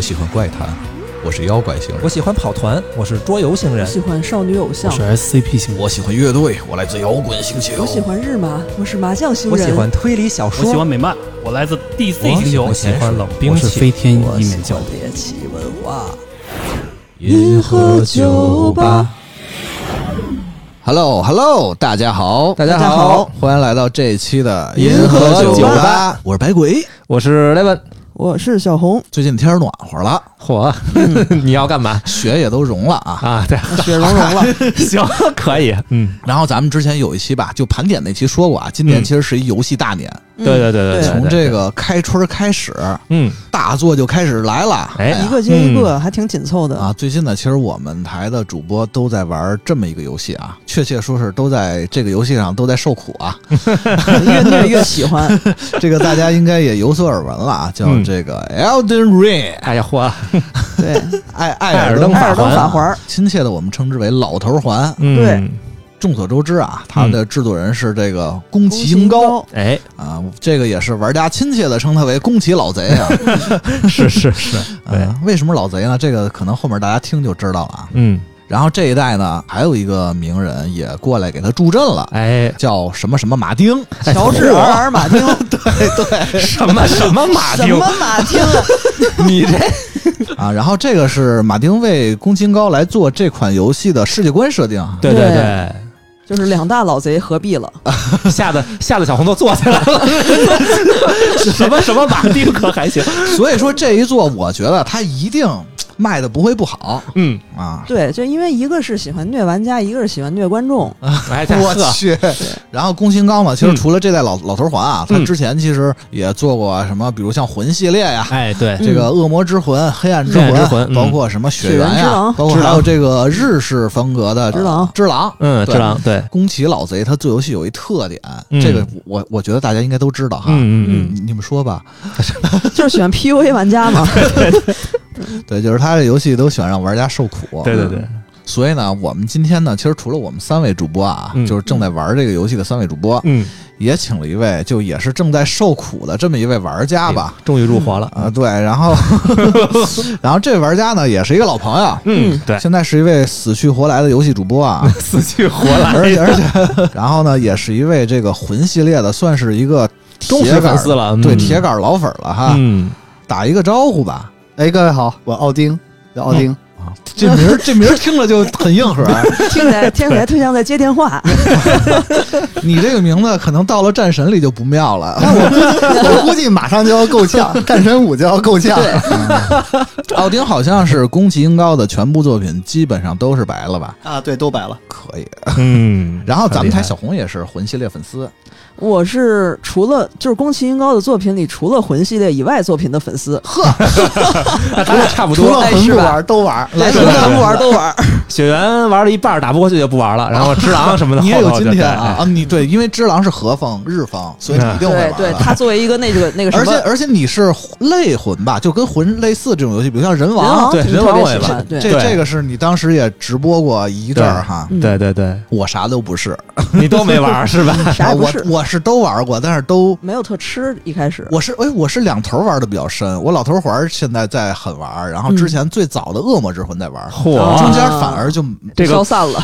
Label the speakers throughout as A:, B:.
A: 喜欢怪谈，我是妖怪星人
B: 我；喜欢跑团，我是桌游星人。
C: 喜欢少女偶
D: 我
C: 像，
D: 是 SCP 型，
A: 我喜欢乐队，我来自摇滚星球；
C: 我喜欢日麻，我是麻将星
B: 我
C: 人，
B: 喜欢推理小说，
E: 我喜欢美漫，我来自 DC 星球
B: 我。喜欢冷兵
D: 我是
B: 器，
D: 飞天
C: 我
D: 一
C: 喜
D: 面教
C: 欢。猎奇文化。
A: 银河酒吧。Hello Hello，大家好，大
B: 家好，
A: 欢迎来到这一期的
C: 银河酒吧
A: 吧。我是白鬼，
B: 我是 Levin。
C: 我是小红，
A: 最近天儿暖和了，
B: 嚯， 你要干嘛
A: 雪也都融了 啊。
B: 啊？对，
C: 雪融融了，
B: 行，可以，嗯，
A: 然后咱们之前有一期吧，就盘点那期说过啊，今年
B: 嗯
A: 其实是一游戏大年，
B: 对对对对，
A: 从这，个开春开始，
B: 嗯，
A: 大作就开始来了。
B: 哎
A: 呀
C: 一个接一个，还挺紧凑的。
A: 啊，最近呢，其实我们台的主播都在玩这么一个游戏啊，确切说是都在这个游戏上都在受苦啊。
C: 越虐越 喜欢，
A: 这个大家应该也有所耳闻了啊，叫
B: 嗯
A: 这个 Elden Ring，
B: 哎呀，嚯，
C: 对，
A: 艾艾
B: 艾尔
A: 登
B: 登
C: 艾
A: 法啊
C: 尔
B: 法
C: 登
B: 环
C: 法环，
A: 亲切的我们称之为老头环。
C: 对
B: 嗯，
A: 众所周知啊，他的制作人是这个宫崎英高
C: 高，
B: 哎，
A: 啊，这个也是玩家亲切的称他为宫崎老贼啊。
B: 是是是， 对
A: 啊，为什么老贼呢？这个可能后面大家听就知道了啊。
B: 嗯，
A: 然后这一代呢，还有一个名人也过来给他助阵了，
B: 哎，
A: 叫什么什么马丁。
C: 乔治
B: 哦
C: R R 马丁，
B: 什么什么马
C: 什
B: 丁，
C: 么马丁啊？
B: 你这
A: 啊，然后这个是马丁为宫崎英高来做这款游戏的世界观设定啊。
B: 对
C: 对
B: 对，
C: 就是两大老贼合璧了，
B: 啊吓得吓得小红都坐起来了， 什么什么马丁可还行，
A: 所以说这一座，我觉得它一定卖的不会不好
B: 嗯，
A: 啊。
C: 对，就因为一个是喜欢虐玩家，一个是喜欢虐观众，
B: 哎，这
A: 我
B: 呵
A: 去，然后宫崎英高嘛，其实
B: 嗯
A: 除了这代老、老头环啊，他
B: 嗯
A: 之前其实也做过什么，比如像魂系列呀、
B: 哎，对，
A: 这个恶魔之魂、黑暗之
B: 黑暗
A: 魂，
B: 之魂嗯
A: 包括什么血缘呀、
C: 血缘之狼
A: 包括还有这个日式风格的
C: 之狼
A: 之狼，
B: 嗯，
A: 对
B: 知道，对，
A: 宫崎老贼他做游戏有一特点，
B: 嗯
A: 这个我我觉得大家应该都知道哈。
B: 嗯嗯
A: 你你们说吧，
C: 就是喜欢 PUA 玩家
B: 啊
C: 嘛。
A: 对，就是他这游戏都喜欢让玩家受苦，
B: 嗯，对对对，
A: 所以呢，我们今天呢，其实除了我们三位主播啊，
B: 嗯
A: 就是正在玩这个游戏的三位主播，
B: 嗯，
A: 也请了一位就也是正在受苦的这么一位玩家吧。
B: 终于入伙了，
A: 啊，对，然 后，然后这位玩家呢，也是一个老朋友，
B: 嗯，对，
A: 现在是一位死去活来的游戏主播 啊，
B: 死去活来，
A: 而且而且，然后呢，也是一位这个魂系列的，算是一个
B: 忠
A: 铁
B: 实
A: 杆
B: 粉丝了，嗯
A: 对铁杆老粉了哈，
B: 嗯，
A: 打一个招呼吧。
F: 哎，各位好，我奥丁，叫奥丁。
A: 这名 儿这名儿听着就很硬核，
C: 听起来听起来特像在接电话，
A: 你这个名字可能到了战神里就不妙 了。
B: 啊
F: 但我估计，我估计马上就要够呛，战神五就要够呛。
A: 奥丁好像是宫崎英高的全部作品基本上都是白了吧？
F: 啊，对，都白了。
A: 可以。
B: 嗯，
A: 然后咱们台
B: 很厉害
A: 小红也是魂系列粉丝，
C: 我是除了就是宫崎英高的作品里，除了魂系列以外作品的粉 丝，
B: 那咱俩差不
F: 除了
B: 多，
F: 魂
C: 哎是
F: 不
C: 吧
F: 玩都玩，
C: 来什
B: 对
C: 么
B: 对
C: 都
B: 对
C: 不玩都玩，
B: 雪原玩了一半，打不过去就不玩了，然后只狼 什么的，
A: 你也
B: 后
A: 有
B: 头
A: 今
B: 就
A: 天
B: 对
A: 啊！啊，
B: 哎
A: 你对，因为之狼是和风日风，所以
B: 嗯
A: 你一定会玩
C: 对
A: 的。
C: 对，他作为一个那个那个什
A: 而且
C: 么
A: 而且你是类魂吧，就跟魂类似这种游戏，比如像人王，
B: 对
C: 人
B: 人
C: 王
B: 王我
C: 挺特别
B: 也
C: 喜
B: 玩
C: 欢，对，
A: 这这个是你当时也直播过一阵儿哈。
C: 嗯
B: 对对对，
A: 我啥都不是，
B: 你都没 玩是吧？
C: 啥
A: 啊
C: 也不
A: 我
C: 是，
A: 我是都玩过，但是都
C: 没有特吃一开始，
A: 我是哎，我是两头玩的比较深。我老头环儿现在在很玩，然后
C: 嗯
A: 之前最早的恶魔之魂在玩，
C: 啊
A: 中
B: 嚯，
A: 间反而就
B: 这
C: 消
B: 个
C: 散了，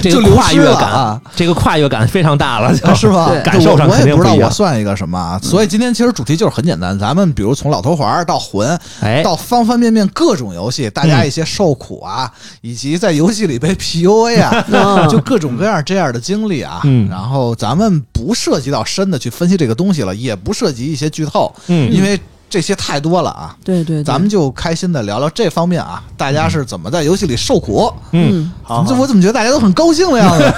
B: 这
A: 就
B: 个
A: 流
B: 跨
A: 失
B: 越
A: 了
B: 感
A: 啊，
B: 这个跨越感非常大了，就
A: 啊是吧
C: 对？
B: 感受上
A: 我我
B: 肯
A: 也
B: 定
A: 不知道
B: 不一
A: 我
B: 样嗯
A: 算一个什么啊。所以今天其实主题就是很简单，咱们比如从老头环儿到魂，
B: 哎，嗯
A: 到方方面面各种游戏，大家一些受苦啊，以及在游戏里被 PUA 啊，
C: 嗯
A: 就各种各样这样的经历啊。
B: 嗯
A: 然后咱们不涉及到深的去分析这个东西了，也不涉及一些剧透，
B: 嗯
A: 因为这些太多了啊。
C: 对对，对
A: 咱们就开心的聊聊这方面啊，大家
B: 嗯
A: 是怎么在游戏里受苦？
C: 嗯，
F: 好，
A: 这我怎么觉得大家都很高兴的样子？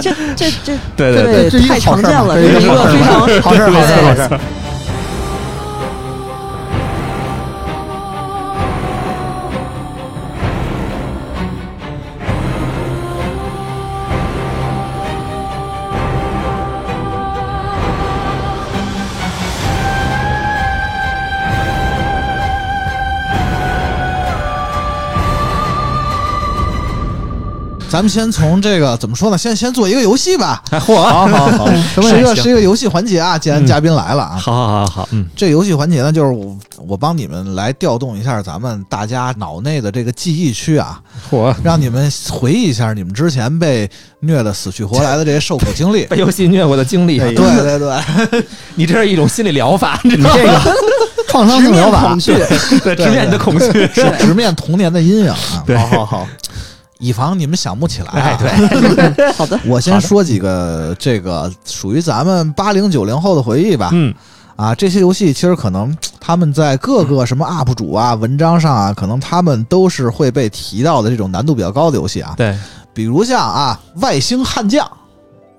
C: 这这这
B: 对对
C: 这
F: 这是
C: 位
F: 一个
C: 太
F: 好
C: 常
F: 事
C: 见
F: 儿
C: 了，
F: 这
C: 这是一个非常
F: 好事儿，好事儿，
C: 哎
F: 好事儿。
A: 咱们先从这个怎么说呢？先先做一个游戏吧。
B: 哎，嚯，好好 好，
A: 什么一个
B: 是
A: 是一个游戏环节啊？既然
B: 嗯
A: 嘉宾来了啊，
B: 好好好好，嗯，
A: 这个游戏环节呢，就是我我帮你们来调动一下咱们大家脑内的这个记忆区啊，
B: 嚯，
A: 让你们回忆一下你们之前被虐的死去活来的这些受苦经 历。
B: 被游戏虐过的经历，啊
A: 对对对，
B: 你这是一种心理疗法，你知
F: 你
B: 道吗
F: 这个创伤
C: 直
F: 性疗
C: 面
F: 法
C: 恐，惧，
B: 对，直面你的恐惧，
A: 是直面童年的阴影啊。
B: 对
A: 好好好，以防你们想不起来、
B: 哎
A: 啊。，
B: 对，
C: 好的，
A: 我先说几个这个属于咱们八零九零后的回忆吧。
B: 嗯，
A: 啊，这些游戏其实可能他们在各个什么 UP 主啊、文章上啊，可能他们都是会被提到的这种难度比较高的游戏啊，
B: 对，
A: 比如像啊《外星悍将》，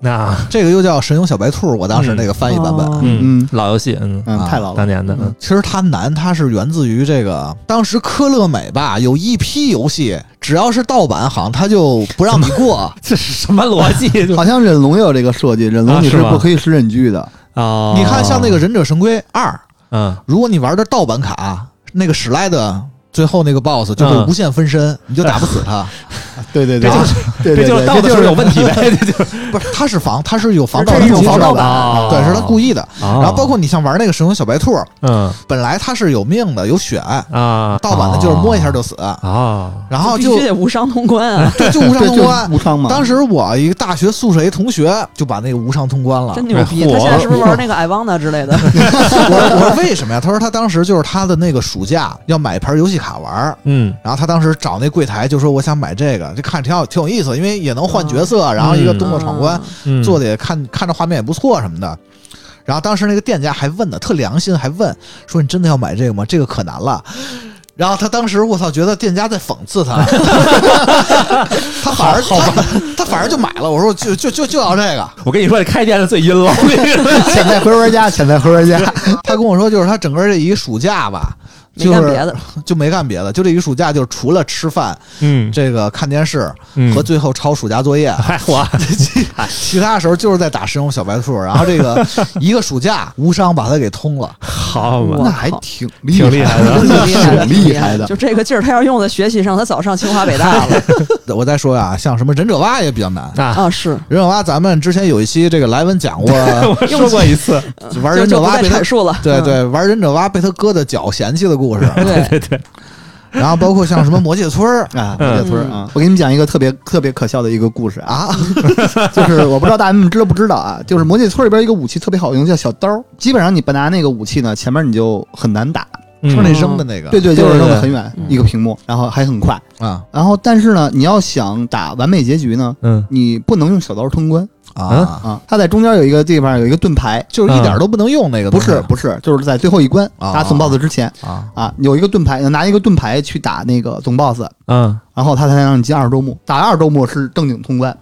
B: 那
A: 这个又叫《神勇小白兔》，我当时那个 翻译版本。
C: 哦
B: 嗯
F: 嗯，
B: 老游戏，嗯，
F: 嗯，
A: 啊
F: 太老
B: 当
F: 了，
B: 年的， 嗯，
A: 其实它难，它是源自于这个当时科乐美吧，有一批游戏，只要是盗版，好像它就不让你过。
B: 这是什么逻辑？
F: 好像忍龙也有这个设计，忍
B: 啊
F: 龙你
B: 是
F: 是
B: 吗
F: 不可以使忍具的，
B: 啊，
A: 你看，像那个《忍者神龟二》，
B: 嗯，
A: 如果你玩的盗版卡，那个史莱德最后那个 BOSS 就会
B: 嗯
A: 无限分身，你就打不死他。
F: 对对
B: 这
F: 对
B: 就，这
F: 对对
B: 就是
F: 对，
B: 到
F: 这
B: 的
F: 就
B: 时候
F: 是
B: 有问 题呗，这就是
A: 不是，他是防，他是有防盗，
F: 这
A: 他
F: 是
A: 有
F: 一种
A: 防盗
F: 盗版
A: 版，
B: 啊
A: 对，是他故意的。
B: 然
A: 然后包括你像玩那个神勇小白兔，
B: 哦嗯
A: 本来它是有命的，有血，
B: 啊，
A: 盗版的就是摸一下就死，
B: 啊，
A: 然后
C: 必
A: 就
C: 须得无伤通关啊，
A: 对就无 伤
F: 这
A: 通关
F: 就。无伤嘛。
A: 当时我一个大学宿舍一同学就把那个无伤通关了，
C: 真牛逼！
B: 哎
C: 他
B: 嚯
C: 现在是不是玩那个 i v a n a 之类的？
A: 我我说为什么呀？他说他当时就是他的那个暑假要买一盘游戏卡玩儿，
B: 嗯，
A: 然后他当时找那柜台就说我想买这个，就看着挺好挺有意思，因为也能换角色，然后一个动作闯关、
B: 嗯
A: 做的也看看着画面也不错什么的。然后当时那个店家还问呢，特良心，还问说你真的要买这个吗？这个可难了。然后他当时我操，觉得店家在讽刺他， 他反而他他反而就买了。我说就就就就要这个，
B: 我跟你说，这开店的最阴 了，我跟你说，
F: 潜在回玩家，潜在回玩家，
A: 他跟我说就是他整个这一暑假吧，
C: 没
A: 就
C: 干
A: 是
C: 别的，
A: 就没干别的，就这一暑假就除了吃饭、
B: 嗯
A: 这个看电视
B: 这
A: 和最后抄暑假 作业，
B: 嗨嗯哎我
A: 其他时候就是在打神勇小白兔。然后这 个一个暑假无伤把他给通了，
B: 好嘛，
F: 那还挺厉
B: 挺厉害的
F: 真 的挺
C: 挺
F: 厉害的
C: 就。这个劲儿，他要用在学习上，他早上清华北大了
A: 我再说呀，像什么忍者蛙也比较难。
B: 啊，
C: 啊！是，
A: 忍者蛙咱们之前有一期这个莱文讲过，
B: 我说过一次，
A: 玩忍
C: 就
A: 者
C: 就不
A: 蛙
C: 再
A: 被他
C: 阐述了。
A: 对
C: 嗯
A: 对玩忍者蛙被他哥的脚嫌弃的故事。
C: 对，
B: 对对，
A: 然后包括像什么魔界村儿
F: 啊，
B: 嗯
F: 我村儿啊，我给你们讲一个特别特别可笑的一个故事啊，
A: 啊，
F: 就是我不知道大家们知道不知道啊，就是魔界村里边一个武器特别好用，叫小刀儿。基本上你不拿那个武器呢，前面你就很难打。
A: 是那
B: 嗯
A: 扔的那个
F: 对对，就是
B: 对
F: 扔
B: 对
F: 得很远
C: 嗯
F: 一个屏幕，然后还很快。
B: 嗯
A: 啊
F: 然后但是呢，你要想打完美结局呢，
B: 嗯
F: 你不能用小刀通关
A: 啊，
F: 啊，它在中间有一个地方有一个盾牌，
A: 就是一点儿都不能用那个
F: 不
A: 东西
F: 是不是，就是在最后一关
A: 嗯啊
F: 打总 boss 之前
A: 啊
F: 啊，有一个盾牌，拿一个盾牌去打那个总 boss，
B: 嗯，
F: 然后他才能让你进二十周目，打二十周目是正经通关。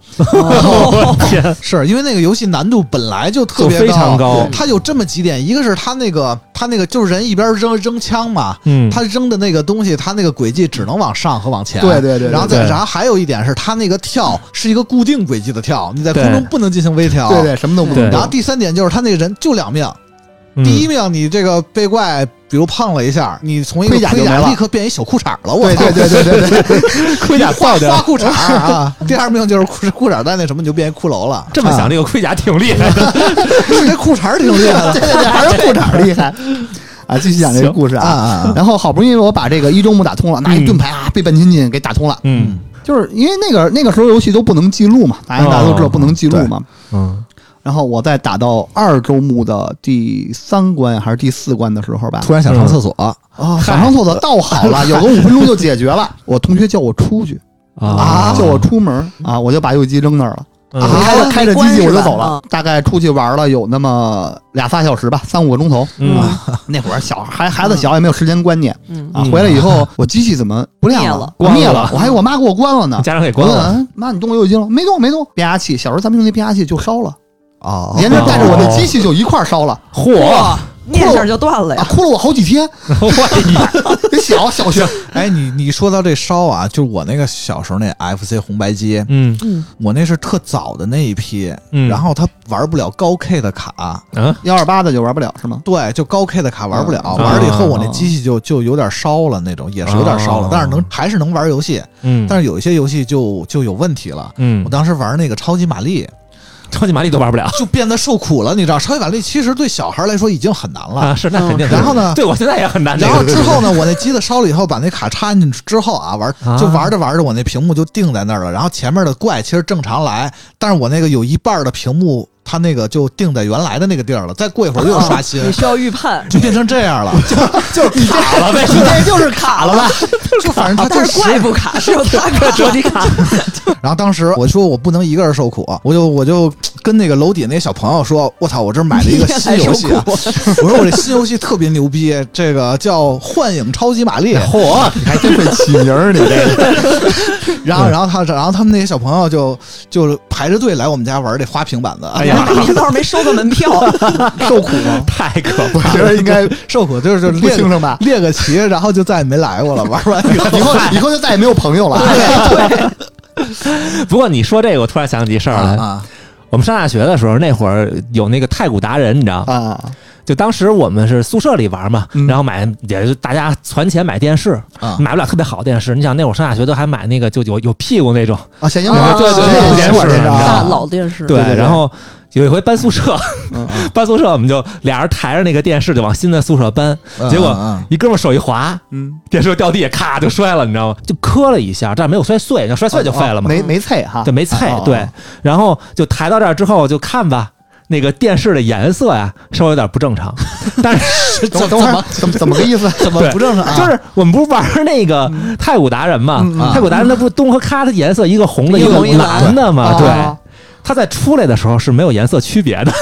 B: 我天，
A: 是因为那个游戏难度本来就特
B: 就
A: 别
B: 非常高，
A: 它有这么几点，一个是它那个它那个就是人一边扔扔枪嘛，
B: 嗯，
A: 它扔的那个东西，它那个轨迹只能往上和往前。
F: 对对对，
A: 然后
F: 对
A: 再
B: 对
A: 然后还有一点是它那个跳是一个固定轨迹的跳，你在空中
B: 对
A: 不能进行微调。
F: 对对，什么都不
B: 对
F: 能
A: 然后
F: 动。
A: 第三点就是他那个人就两命，
B: 嗯
A: 第一命你这个被怪，比如碰了一下，你从一个
F: 盔甲就
A: 盔
F: 没
A: 甲
F: 了
A: 立刻变一小裤衩了，我
F: 对
A: 操！
F: 对对对对对，
B: 盔甲爆掉
A: 花，裤衩儿 啊！第二命就是裤裤衩儿在那什么，你就变一骷髅了。
B: 这么想，这个盔甲挺厉害 的，
A: 是这裤衩儿挺厉害
F: 对对对，还是裤衩儿厉害 啊！继续讲这个故事
A: 的
F: 啊。
A: 啊！
F: 然后好不容易我把这个一周目打通了，拿一盾牌啊，被半千金给打通了。
B: 嗯
F: 就是因为那个那个时候游戏都不能记录嘛，大家大家都知道
B: 哦
F: 不能记录嘛。
B: 嗯
F: 然后我在打到二周目的第三关还是第四关的时候吧，
A: 突然想上厕所，
F: 啊，想上厕所倒好 了，有个五分钟就解决了。我同学叫我出去
B: 嗯
A: 啊
F: 叫我出门啊，我就把游戏机扔那儿了，
B: 啊
F: 开着开着机器我就走
C: 啊
F: 了，大概出去玩了有那么俩仨小时吧，三五个钟头。
B: 嗯
A: 啊
F: 那会儿小孩孩子小也没有时间观念
C: 嗯
F: 啊，
B: 嗯
F: 回来以后我机器怎么不亮
C: 灭
F: 了
C: 了？
F: 我
B: 关
F: 灭
B: 了
F: 了，我还有我妈给我关了呢。
B: 家长给
F: 我
B: 关
F: 问
B: 了，
F: 嗯妈，你动我游戏机了？没动，没动。变压器，小时候咱们用那变压器就烧了，
A: 哦，
F: 连着带着我的机器就一块儿烧了。
B: 嚯，
C: 念一下就断了
F: 啊，
C: 呀。
F: 哭了我好几天。
A: 嗯
F: 你小小学，
A: 哎，你你说到这烧啊，就是我那个小时候那 FC 红白机，
B: 嗯
C: 嗯，
A: 我那是特早的那一批，
B: 嗯
A: 然后他玩不了高 K 的卡，
B: 啊，
F: 幺二八的就玩不了是吗？
A: 对，就高 K 的卡玩不了，
B: 嗯
F: 啊
A: 玩了以后我那机器就就有点烧了那种，也是有点烧了，
B: 啊
A: 但是能还是能玩游戏，
B: 嗯，
A: 但是有一些游戏就就有问题了。
B: 嗯
A: 我，当时玩那个超级玛丽，
B: 超级玛丽都玩不了
A: 就变得受苦了，你知道，超级玛丽其实对小孩来说已经很难了。
B: 啊，是那肯定。
A: 嗯然后呢
B: 对我现在也很难。
A: 然后
B: 这个
A: 之后呢，我那机子烧了以后，把那卡插进去之后啊，玩
B: 啊
A: 就玩着玩着，我那屏幕就定在那儿了。然后前面的怪其实正常来，但是我那个有一半的屏幕，它那个就定在原来的那个地儿了。再过一会儿又刷新，
C: 哦你需要预判，
A: 就变成这样了。
B: 啊 就是卡了呗，
F: 你这就是卡了吧？
A: 就反正它啊就
C: 啊但是怪不卡，是有他卡，手机卡。
A: 然后当时我说我不能一个人受苦，啊我就我就跟那个楼底那些小朋友说，我操，我这买了一个新游戏、啊， 我说我这新游戏特别牛逼，这个叫《幻影超级玛丽》。
B: 嚯，
F: 你还真会起名儿，你这 个。
A: 然后然后他然后他们那些小朋友就就排着队来我们家玩这花屏板子，
B: 哎 呀，
C: 你倒是没收过门票，
F: 受苦吗？
B: 太可
F: 我
B: 怕
F: 觉得应该
A: 受苦就是就
F: 不
A: 列
F: 轻
A: 个
F: 生吧。
A: 列个旗，然后就再也没来过了。玩完以后
F: 以后以后就再也没有朋友了。
B: 了。不过你说这个，我突然想起一事儿来。
A: 啊，
B: 我们上大学的时候，那会儿有那个太古达人，你知道？
F: 啊，
B: 就当时我们是宿舍里玩嘛，
F: 嗯
B: 然后买也是大家攒钱买电视，
A: 啊
B: 买不了特别好电视。你想那会儿上大学都还买那个就有有屁股那种，
F: 啊，显影
C: 啊
F: 馆，
C: 对对对
F: 显影馆
B: 是
A: 哎
F: 这
B: 啊
C: 大
F: 张，
C: 老电视。
F: 对对
B: 然后有一回搬宿舍，
F: 嗯
B: 搬宿舍我们就俩人抬着那个电视就往新的宿舍搬，
A: 嗯
B: 结果
A: 嗯嗯
B: 一哥们儿手一滑，
F: 嗯，
B: 电视就掉地，咔就摔了，你知道吗？就磕了一下，但是没有摔碎，要摔碎就
A: 哦
B: 废了嘛，
F: 没没菜哈，
B: 对，没碎
F: 啊，
B: 对。然后就抬到这儿之后就看吧，那个电视的颜色呀稍微有点不正常，但是。
F: 等等会儿怎么怎么个意思？
A: 怎么
B: 对
A: 不正常啊？
B: 就是我们不是玩那个太古达人嘛？
F: 嗯
A: 嗯
B: 太古达人那不是东和咖的颜色，一个红的，个
C: 一个
B: 蓝的嘛？对，
F: 啊
B: 它在出来的时候是没有颜色区别的，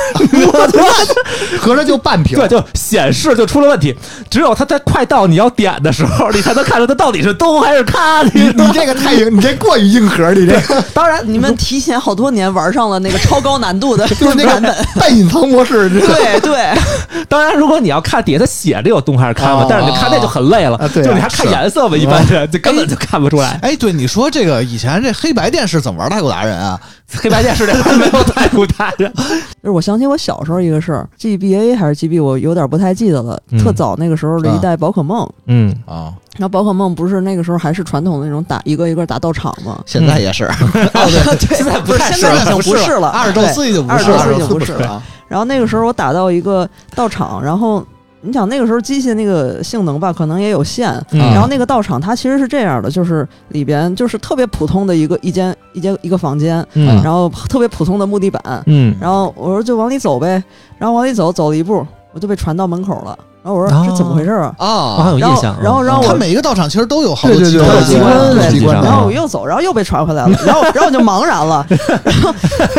F: 合着就半瓶
B: 对，。就显示就出了问题。只有它在快到你要点的时候，你才能看出它到底是东还是咖。
F: 你
B: 你
F: 你这个太硬，你这过于硬核，你这个
C: 当然，你们提前好多年玩上了那个超高难度的
F: 就是那
C: 版
F: 个
C: 本。
F: 半隐藏模式，你知道吗
C: 对对，
B: 当然，如果你要看底下它写着有东还是咖嘛
F: 哦，
B: 但是你看那就很累了
F: 啊，对啊
B: 就是你还看颜色吧，一般人就根本就看不出来。
A: 哎，对，你说这个以前这黑白电视怎么玩太古达人啊？
B: 黑白电视里边没有太古达人，
C: 就是我想起我小时候一个事儿，GBA 还是 GB，我有点不太记得了。
B: 嗯
C: 特早那个时候的一代宝可梦，
B: 嗯，
A: 啊，
C: 然后宝可梦不是那个时候还是传统的那种打一个一个打道场吗？
A: 现在也是，
C: 哦，对，
B: 现在不
C: 不是
B: 太
C: 现
B: 适
C: 在
B: 合
C: 已经不是了，
A: 二十周
C: 对
A: 四就不
C: 二
A: 是
C: 十周
A: 了
C: 岁就不是了。
F: 啊
C: 然后那个时候我打到一个道场，然后你想那个时候机器那个性能吧，可能也有限。
B: 嗯
C: 然后那个道场它其实是这样的，就是里边就是特别普通的一个一间一间一个房间，
B: 嗯
C: 然后特别普通的木地板，
B: 嗯，
C: 然后我说就往里走呗，然后往里走走了一步，我就被传到门口了。然后我说
B: 哦
C: 这怎么回事啊？
B: 我好
A: 啊
B: 像。有
C: 然
B: 印
C: 后
B: 象，
C: 然后让
A: 他
C: 我。
A: 每一个道场其实都有好多
F: 对对
A: 机
F: 对
A: 关的
C: 对机
B: 关
A: 啊
B: 对
F: 机关
B: 嗯
C: 然后我又走，然后又被传回来了，然后然后我就茫然了。然后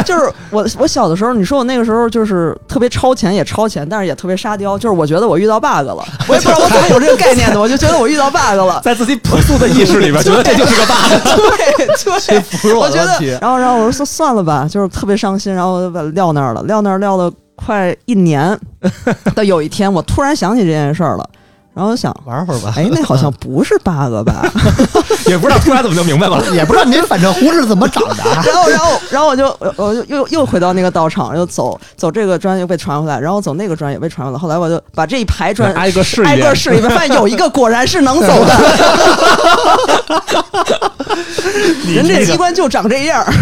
C: 就是我我小的时候，你说我那个时候就是特别超前，也超前，但是也特别沙雕，就是我觉得我遇到 bug 了，我也不知道我怎么有这个概念的，我就觉得我遇到 bug 了。
B: 在自己朴素的意识里边，觉得这就是个 bug。
C: 对对，
A: 不是我
C: 我
A: 的
C: 觉
A: 问
C: 得
A: 题，
C: 然后然后我说算算了吧，就是特别伤心，然后我就把它撂那儿了，撂那儿撂了快一年。到有一天，我突然想起这件事儿了，然后我想，
A: 玩会儿吧。
C: 哎，那好像不是 bug 吧？
B: 也不知道突然怎么就明白了。
F: 也不知道你这反射弧是怎么长的 啊。
C: 然后，然后，然后我就，我就又又回到那个道场，又走走这个砖又被传回来，然后走那个砖也被传回来。后来我就把这一排砖
B: 挨个试一遍
C: 挨个试一遍，发现有一个果然是能走的，
B: 你
C: 人这
B: 这
C: 机
B: 个
C: 关就长这样儿，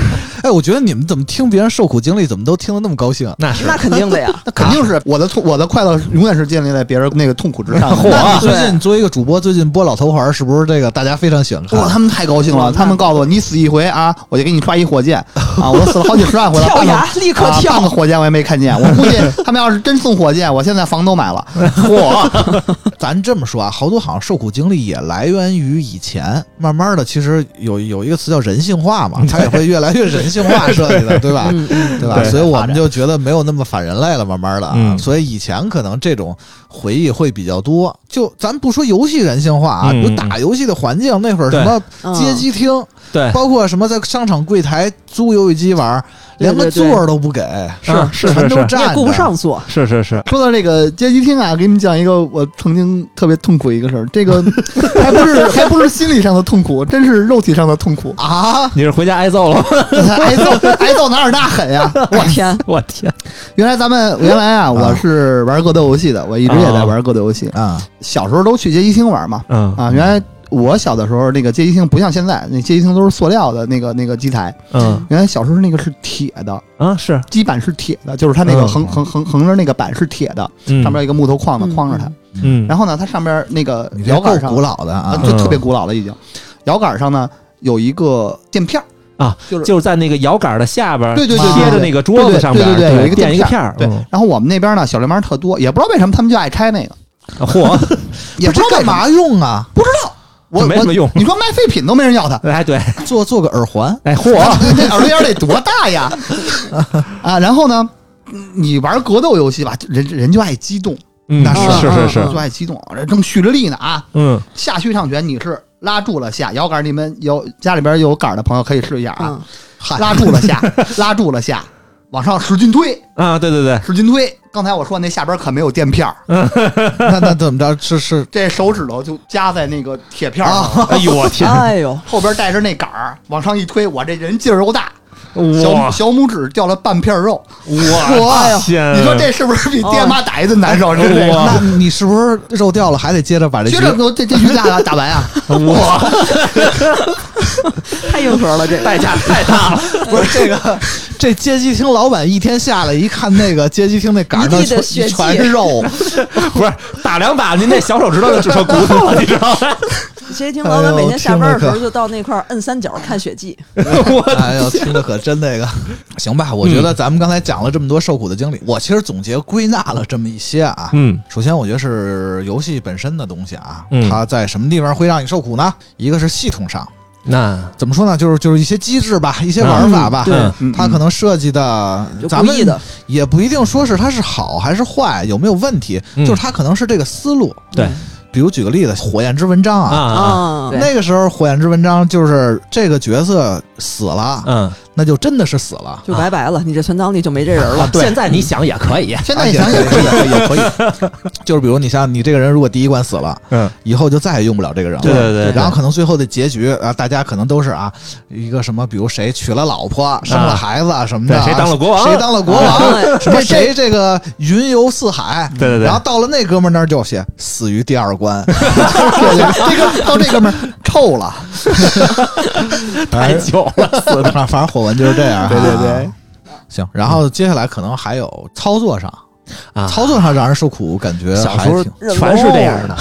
A: 哎，我觉得你们怎么听别人受苦经历，怎么都听得那么高兴啊？
B: 那是
C: 那肯定的呀。
F: 那肯定是我的痛，我的快乐永远是建立在别人那个痛苦之上的。
A: 那你最
C: 对
A: 近作为一个主播，最近播《老头环》，是不是这个大家非常喜欢看？
F: 哇，他们太高兴了！他们告诉我，你死一回啊，我就给你发一火箭啊！我死了好几十万回了，
C: 跳崖
F: 半个
C: 立刻
F: 啊
C: 跳
F: 半个火箭我也没看见。我估计他们要是真送火箭，我现在房都买了。嚯，
A: 咱这么说啊，好多好像受苦经历也来源于以前，慢慢的，其实有有一个词叫人性化嘛，它也会越来越人性化设计的，对吧？
C: 嗯嗯
A: 对吧？
B: 对
A: 所以我们就觉得没有那么反人类了，慢慢的啊，
B: 嗯
A: 所以以前可能这种回忆会比较多。就咱不说游戏人性化啊，
B: 嗯
A: 比如打游戏的环境，那会儿什么
C: 嗯
A: 街机厅，
B: 对，
A: 包括什么在商场柜台租游戏机玩儿，连个
C: 对对对
A: 座儿都不给，
B: 啊是
A: 全
B: 是
A: 都
B: 是
A: 站
C: 你也顾不
A: 着。
C: 上座，
B: 是是是，
F: 说到这个街机厅啊，给你们讲一个我曾经特别痛苦一个事儿，这个还不是还不是心理上的痛苦，真是肉体上的痛苦
A: 啊！
B: 你是回家挨揍了吗？
F: 挨揍挨揍哪有那狠呀？
C: 我天，
B: 我天，
F: 原来咱们原来啊，我是玩格斗游戏的，我一直也在玩格斗游戏。
A: 啊，
F: 小时候都去街机厅玩嘛，
B: 嗯
F: 啊，原来我小的时候那个街机厅不像现在，那街机厅都是塑料的那个那个机台，
B: 嗯
F: 原来小时候那个是铁的，
B: 啊是，
F: 基板是铁的，就是它那个
B: 嗯
F: 横横横横着那个板是铁的，
B: 嗯
F: 上面有一个木头框子
C: 嗯
F: 框着它。
B: 嗯，
F: 然后呢，它上边那个
A: 你这
F: 摇
A: 够
F: 杆上
A: 古老的
F: 啊
A: 啊，，
F: 就
B: 嗯
F: 特别古老了已经。摇杆上呢有一个垫片儿，
B: 啊
F: 就是
B: 就是在那个摇杆的下边，
F: 对对对
B: 贴着那个桌子上边，
F: 对对对对有一个
B: 垫一个
F: 垫
B: 片儿，
F: 对。然后我们那边呢小流氓特多，也不知道为什么他们就爱拆那个，
B: 嗯， 嚯，
F: 也不知
A: 这
F: 道
A: 干
F: 为什么。
A: 嘛用啊？
F: 不知道，我
B: 这没什么
F: 我
B: 用
F: 你说卖废品都没人要它，
B: 哎对，
A: 做做个耳环，
B: 哎 嚯，
F: 这耳朵眼儿得多大 呀？啊，然后呢，你玩格斗游戏吧，人人就爱激动，
B: 嗯
A: 那
F: 啊
A: 是
B: 是是是，
F: 就爱激动，这正蓄着力呢啊，
B: 嗯
F: 下虚上拳你是拉住了下，摇杆你们有家里边有杆儿的朋友可以试一下啊，
C: 嗯，
A: 嗨，
F: 拉住了下，拉住了下，往上使劲推，
B: 啊对对对，
F: 使劲推。刚才我说那下边可没有垫片儿，
A: 那那怎么着？是 是
F: 这手指头就夹在那个铁片儿上，
B: 哎呦我天，
C: 哎呦，
F: 后边带着那杆儿往上一推，我这人劲儿又大，小
B: 哇
F: 小拇指掉了半片肉。
B: 我天，
F: 你说这是不是比爹妈打一顿难受？是不是这个
B: 嗯哇
A: 那你是不是肉掉了，还得接着把这
F: 啊接
A: 局
F: 着给我这这局打打完啊！
B: 哇
C: 太硬核了，这个
B: 代价太大了，
A: 不是这个，这街机厅老板一天下来一看，那个街机厅那杆儿上
C: 一地的血
A: 全
C: 迹
A: 全是 肉，
B: 不是打两把，您那小手指头就只剩骨头了，你知道吗？
C: 街机厅老板每天下班的时
A: 哎
C: 候
A: 呦
C: 就到那块儿摁三角看血迹，
B: 我
A: 哎呦，听着可真那个。行吧，我觉
F: 嗯
A: 得咱们刚才讲了这么多受苦的经历，我其实总结归纳了这么一些啊。
B: 嗯
A: 首先，我觉得是游戏本身的东西啊，
B: 嗯
A: 它在什么地方会让你受苦呢？一个是系统上，
B: 那
A: 怎么说呢？就是就是一些机制吧，一些玩法吧，
B: 嗯
F: 对嗯
A: 它可能设计的，
C: 就
A: 咱
C: 故
A: 们
C: 意的，
A: 也不一定说是它是好还是坏，有没有问题，
B: 嗯
A: 就是它可能是这个思路。
B: 对
A: 比如举个例子，《火焰之纹章》啊，
B: 啊
C: 啊，对
A: 那个时候《火焰之纹章》就是这个角色死了，
B: 嗯，
A: 那就真的是死了。
C: 就拜拜了，你这存档里就没这人了。
B: 现啊在你想也可以，
F: 现在一想也
A: 可以， 也可以。就是比如你像你这个人，如果第一关死了，
B: 嗯，
A: 以后就再也用不了这个人了。
B: 对对对对
A: 然后可能最后的结局啊，大家可能都是啊，一个什么，比如谁娶了老婆，生了孩子啊什么的啊，
B: 对谁当了国王
A: 谁当了国王，
C: 啊
A: 什么谁这个云游四海。
B: 对对对
A: 然后到了那哥们儿那儿就写死于第二关，
F: 这个到这哥们儿臭 了，
B: 太久了，
A: 哎反正反正火纹就是这样。啊
F: 对对对。，
A: 行，然后接下来可能还有操作上，
B: 啊
A: 操作上让人受苦，感觉
B: 小
A: 还
B: 时候
A: 挺
B: 全是这样的，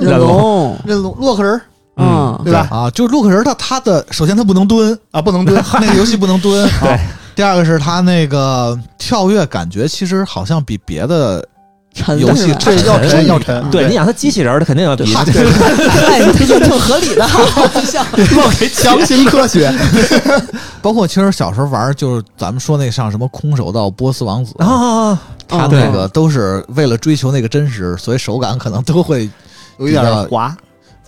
C: 忍龙，
F: 这洛洛克人儿
B: 嗯
C: 嗯，
F: 对吧？
A: 啊，就是洛克人他他的首先他不能 蹲，
F: 啊，不能蹲，
A: 那个游戏不能蹲。
B: 对
A: 啊第二个是他那个跳跃感觉其实好像比别的
C: 沉
A: 游戏
C: 是吧
A: 差
F: 这要
B: 沉
F: 沉要沉，
B: 对，你想他机器人儿，他肯定要比
F: 对
C: 哎，这就挺合理的，不像
F: 强行科学，
A: 包括其实小时候玩儿，就是咱们说那像什么空手道、波斯王子，
B: 啊，
A: 他
C: 嗯
A: 那个都是为了追求那个真实，所以手感可能都会
F: 有一点滑，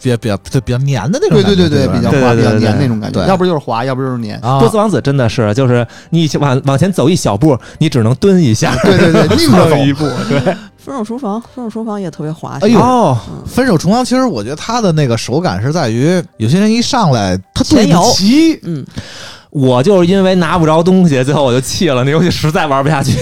A: 比较比较对比较黏的那种
F: 对
A: 感觉。
F: 对对对，
A: 吧
F: 比较
B: 对
F: 滑，
B: 对
F: 比
B: 对
F: 较
B: 对
F: 黏
B: 对
F: 那种感觉，
A: 对
F: 要不就是滑，要不就是黏。
A: 啊
B: 波斯王子真的是，就是你往往前走一小步，你只能蹲一下，
F: 对对对，宁可走
B: 蹭一步，对，
C: 分手厨房，分手厨房也特别滑
A: 哎
C: 稽。
A: 呦
B: 哦，
A: 分手重阳，其实我觉得他的那个手感是在于，有些人一上来他对
C: 前摇
A: 不齐，
C: 嗯，
B: 我就是因为拿不着东西，最后我就气了，那游戏实在玩不下去。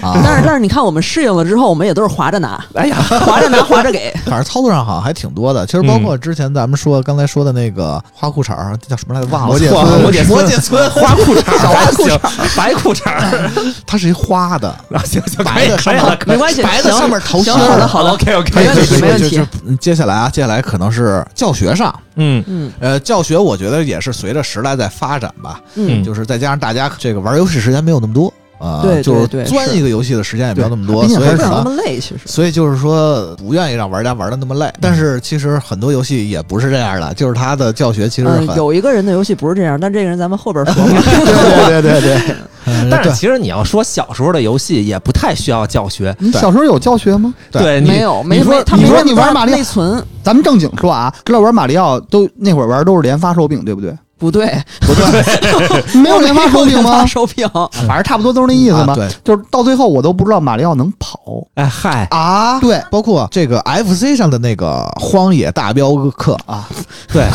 A: 啊，
C: 但是但是你看，我们适应了之后，我们也都是滑着拿，
B: 哎呀，
C: 滑着拿，滑着给，
A: 反正操作上好像还挺多的。其实包
F: 嗯
A: 括之前咱们说、刚才说的那个花裤衩儿叫什么来着？忘了。
F: 摩 羯村
B: 摩羯
A: 摩
B: 摩
A: 羯
B: 羯
A: 村
B: 村 花裤衩儿，
A: 花裤衩
B: 衩， 白裤衩儿。
A: 它是一花的，
B: 啊，行行，可
A: 白
B: 以
A: 的
B: 可以
A: 上
B: 了
A: 面，
B: 可以
C: 没关系，
A: 白的
C: 行
A: 上面桃心
C: 行，
A: 儿
C: 好的好的，
B: ，OK OK，
C: 没问题
A: 就
C: 没问
A: 就
C: 题
A: 就嗯接下来啊，接下来可能是教学上，
B: 嗯
C: 嗯
A: 呃，教学我觉得也是随着时代在发展吧，
C: 嗯
A: 就是再加上大家这个玩游戏时间没有那么多，啊，
C: 对对
A: 就是
C: 对
A: 钻
C: 是
A: 一个游戏的时间也没有那么多，
F: 对
A: 所
F: 并且
A: 以
F: 还
C: 不
A: 可
F: 是
C: 想那
A: 能
C: 么累，其实
A: 所以就是说不愿意让玩家玩的那么累。但是其实很多游戏也不是这样的，就是它的教学其实
C: 嗯
A: 很，
C: 有一个人的游戏不是这样，但这个人咱们后边说吧。
F: 对对对对
A: 嗯
B: 但是
A: 对
B: 其实你要说小时候的游戏也不太需要教学，
F: 你小时候有教学吗？
A: 对
B: 对，你
C: 没有，没
B: 你说
C: 没他
F: 你
C: 没
F: 说
C: 那么
F: 你玩
C: 多
F: 马里奥
C: 内存
F: 咱们正经说啊，知道玩马里奥都那会儿玩都是连发手柄，对不对？
C: 不对，
F: 不对，没有连发手柄
C: 发
F: 吗？
C: 手柄，
F: 反正差不多都是那意思
A: 啊
F: 吧。
A: 对，
F: 就是到最后我都不知道马里奥能跑。
B: 哎嗨，
A: 啊，对，包括这个 FC 上的那个《荒野大镖客》啊，
B: 对，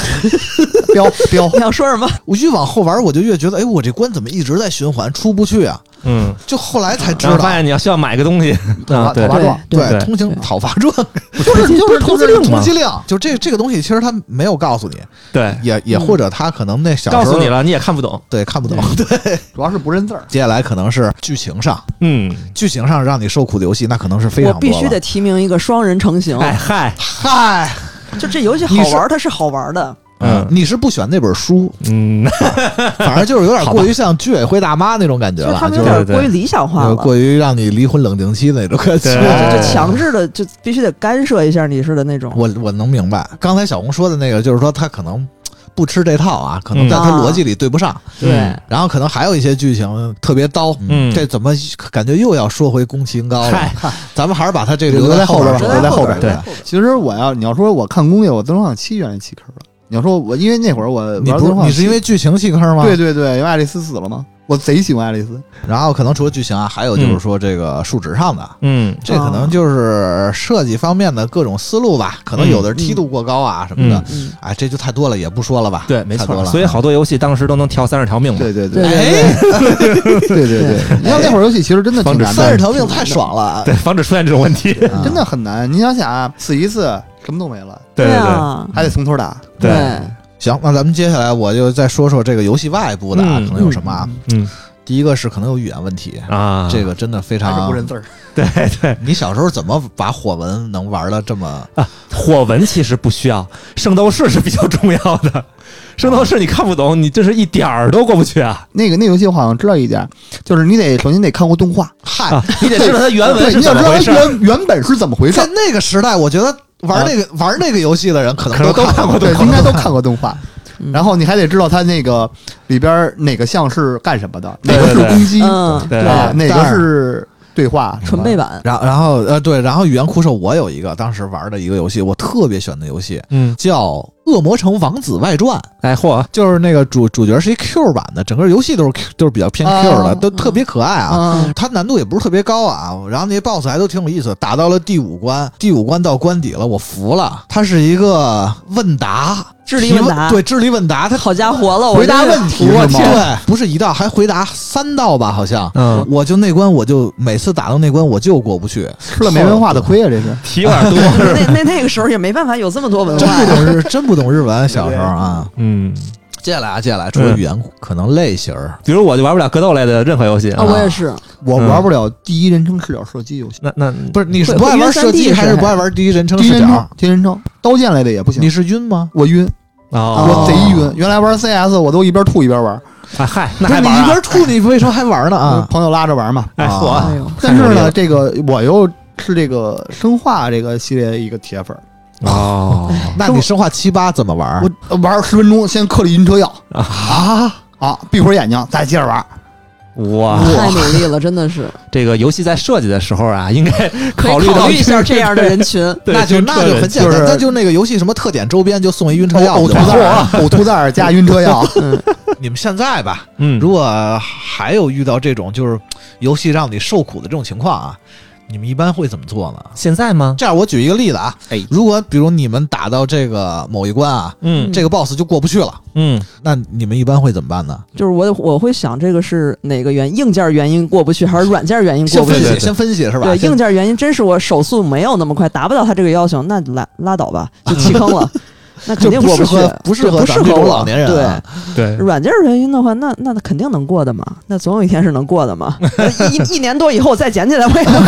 F: 彪彪，
C: 你想说什么？
A: 我越往后玩，我就越觉得，哎，我这关怎么一直在循环，出不去啊？
B: 嗯，
A: 就后来才知
B: 然后
A: 道
B: 发，现你要需要买个东西，
F: 头
B: 啊，
F: 发
B: 对
F: 头发，撞
C: 对
B: 对
A: 通行讨伐状，
F: 就是就是
B: 投资
F: 就是
B: 令嘛
A: 通缉令， 就这这个东西，其实他没有告诉你，
B: 对，
A: 也也或者他可能那小
B: 告
A: 时
B: 诉
A: 候
B: 你了，你也看不懂，
A: 对看不懂，对，
F: 主要是不认字儿。
A: 接下来可能是剧情上，
B: 嗯，
A: 剧情上让你受苦的游戏，那可能是非常
C: 我
A: 多
C: 必须
A: 了
C: 得提名一个双人成型，
B: 哎嗨，
A: 嗨，
C: 就这游戏好玩，它是好玩的。
A: 嗯
B: 嗯，
A: 你是不选那本书，
B: 嗯，
A: 反正就是有点过于像居委会大妈那种感觉
C: 就是
A: 了，
C: 他们有
A: 就是
C: 点过于理想化
A: 呃
C: 了，
A: 过哎于让你离婚冷静期的那种感觉。
B: 对
C: 就就强制的，就必须得干涉一下你似的那种。
A: 我我能明白，刚才小红说的那个，就是说他可能不吃这套啊，可能
B: 嗯
A: 在他逻辑里对不上，
C: 对，
A: 然后可能还有一些剧情特别刀，
B: 嗯
A: 这怎么感觉又要说回宫崎英
F: 哦
A: 高了
B: 嗨？
A: 咱们还是把他这个
F: 留
A: 在
F: 在后边
A: 边
F: 吧
A: 说
F: 留在后
A: 边
F: 边
A: 对
B: 对。
F: 其实我要你要说我看攻略，我《增长七》原来弃坑了。你要说我因为那会儿我
A: 你
F: 玩
A: 不
F: 增
A: 是
F: 长
A: 你是因为剧情弃坑吗？
F: 对。对对，因为爱丽丝死了吗？我贼喜欢爱丽丝，
A: 然后可能除了剧情啊，还有就是说这个数值上的，
B: 嗯，
A: 这可能就是设计方面的各种思路吧。可能有的是梯度过高啊什么的，
C: 嗯，
A: 哎，这就太多了，也不说了吧。
B: 对，没
A: 太多
B: 错，
A: 了嗯
B: 所以好多游戏当时都能调三十条命嘛，
F: 对对
C: 对
F: 对
A: 哎，
F: 对对对。你像那会儿游戏其实真的挺难的，
A: 三十条命太爽了，
B: 对，防止出现这种问题，
A: 啊
F: 真的很难。你想想啊，死一次什么都没了，
B: 对对
C: 啊，
F: 还得从头打。
B: 对，
A: 行，那咱们接下来我就再说说这个游戏外部的啊，
B: 嗯
A: 可能有什么啊？
B: 嗯
A: 第一个是可能有语言问题，
B: 啊，
A: 这个真的非
F: 还是
A: 常
F: 不认字儿，
B: 对对，
A: 你小时候怎么把火纹能玩的这
B: 啊
A: 么？
B: 火纹其实不需要，圣斗士是比较重要的。圣斗士你看不懂，你这是一点儿都过不去啊！
F: 那个那游戏我好像知道一点，就是你得首先得看过动画，
A: 嗨
B: 啊，，你得知道它原文
F: 对，
B: 是
F: 你要
B: 怎
F: 知
B: 么
F: 道
B: 回事
F: 它。原原本是怎么回事
A: 在。那个时代，我觉得玩那个、玩那个游戏的人可能
B: 啊可能
A: 都
B: 都
A: 看
B: 看
A: 过
B: 过
A: 动
F: 对，
A: 画
F: 应该都看过 动画。
C: 嗯
F: 然后你还得知道它那个里边儿哪个像是干什么的，哪
B: 对
F: 个
B: 对
F: 是
B: 对
F: 攻击
C: 嗯，
B: 对
F: 啊，哪
A: 但
F: 个
A: 是
F: 是对话，
C: 纯背板，
A: 然然后呃对，然后语言苦手，我有一个当时玩的一个游戏，我特别喜欢的游戏
B: 嗯，
A: 叫《恶魔城王子外传》，
B: 哎嚯，
A: 就是那个主主角是一 Q 版的，整个游戏都是 Q，都是比较偏 Q 的，
F: 啊
A: 都
B: 嗯
A: 特别可爱啊。
F: 啊，
C: 嗯
A: 它难度也不是特别高啊，然后那些 BOSS 还都挺有意思。打到了第五关，第五关到关底了，我服了。它是一个问答，
C: 智力问答
A: 提问对智力问答，它
C: 好家伙了，我
F: 回答
C: 这个
F: 问题是
A: 我
F: 吗？
A: 天，对，不是一道，还回答三道吧，好像。
B: 嗯，
A: 我就那关，我就每次打到那关，我就过不去。
F: 吃了没文化的亏啊，这是。
B: 题有点多 是吧？
C: 那那那个时候也没办法有这么多文
A: 真不
C: 化，
A: 懂日，真不懂日文，小时候啊。
B: 嗯，
A: 接下来啊，接下来除了语言可能类型儿，
B: 比如我就玩不了格斗类的任何游戏
C: 啊，我也是，
F: 我
B: 嗯
F: 玩不了第一人称视角射击游戏，
B: 那那
A: 不是你是
C: 会
A: 不爱
C: 会
A: 玩
C: 晕
A: 射击
C: 3D
A: 还是
C: 是吧
A: 不爱玩第一人称
F: 第一
A: 视
F: 人称
A: 角？，
F: 第一人称，刀剑类的也不
A: 你
F: 行。
A: 是晕吗？
F: 我晕，
B: 哦，
F: 我贼晕。原来玩 CS，我都一边吐一边玩，
B: 哎嗨，那
A: 不是
B: 还
A: 你
B: 玩
A: 一
B: 啊
A: 边吐，你为什么还玩呢啊？
F: 朋友拉着玩嘛。
B: 哎
A: 啊
C: 哎
B: 嚯，
C: 呦，
F: 但是
B: 太牛逼
F: 呢，
B: 了
F: 这个我又是这个生化这个系列一个铁粉儿，
B: 哦，
A: 那你生化七八怎么玩？
F: 我玩十分钟，先嗑了晕车药
A: 啊，
F: 啊，闭会儿眼睛，再接着玩。
B: 哇，
C: 太努力了，真的是，
B: 这个游戏在设计的时候啊，应该
C: 可以
B: 虑
C: 考
B: 到
C: 虑一下这样的人群，
B: 对
A: 那就
B: 这
A: 那就很简
F: 就
A: 单，
F: 是
A: 那就那个游戏什么特点周边就送一晕车药不
F: 呕吐
A: 就完
F: 袋
A: 了。
F: 儿，呕吐袋儿加晕车药，
A: 你们现在吧，
B: 嗯，
A: 如果还有遇到这种就是游戏让你受苦的这种情况啊，你们一般会怎么做呢？
B: 现在吗？
A: 这样我举一个例子啊，
F: 哎
A: 如果比如你们打到这个某一关啊，
B: 嗯
A: 这个 boss 就过不去了，
B: 嗯，
A: 那你们一般会怎么办呢？
C: 就是我我会想这个是哪个原硬件原因过不去，还是软件原因
A: 先
C: 过不
A: 分
C: 去
A: 析，
B: 对对对
A: 先分析是吧？
C: 对，
A: 先
C: 硬件原因真是我手速没有那么快，达不到他这个要求，那拉拉倒吧，就弃坑了。那肯定
A: 就
C: 过
A: 不
C: 不
A: 适
C: 去
A: 合，不适
C: 对
A: 合
C: 不
A: 咱
C: 适
A: 们
C: 合
A: 这种
C: 我
A: 老年人啊
B: 对
C: 对，软件原因的话，那那那肯定能过的嘛，那总有一天是能过的嘛。一一年多以后我再捡起来，我也能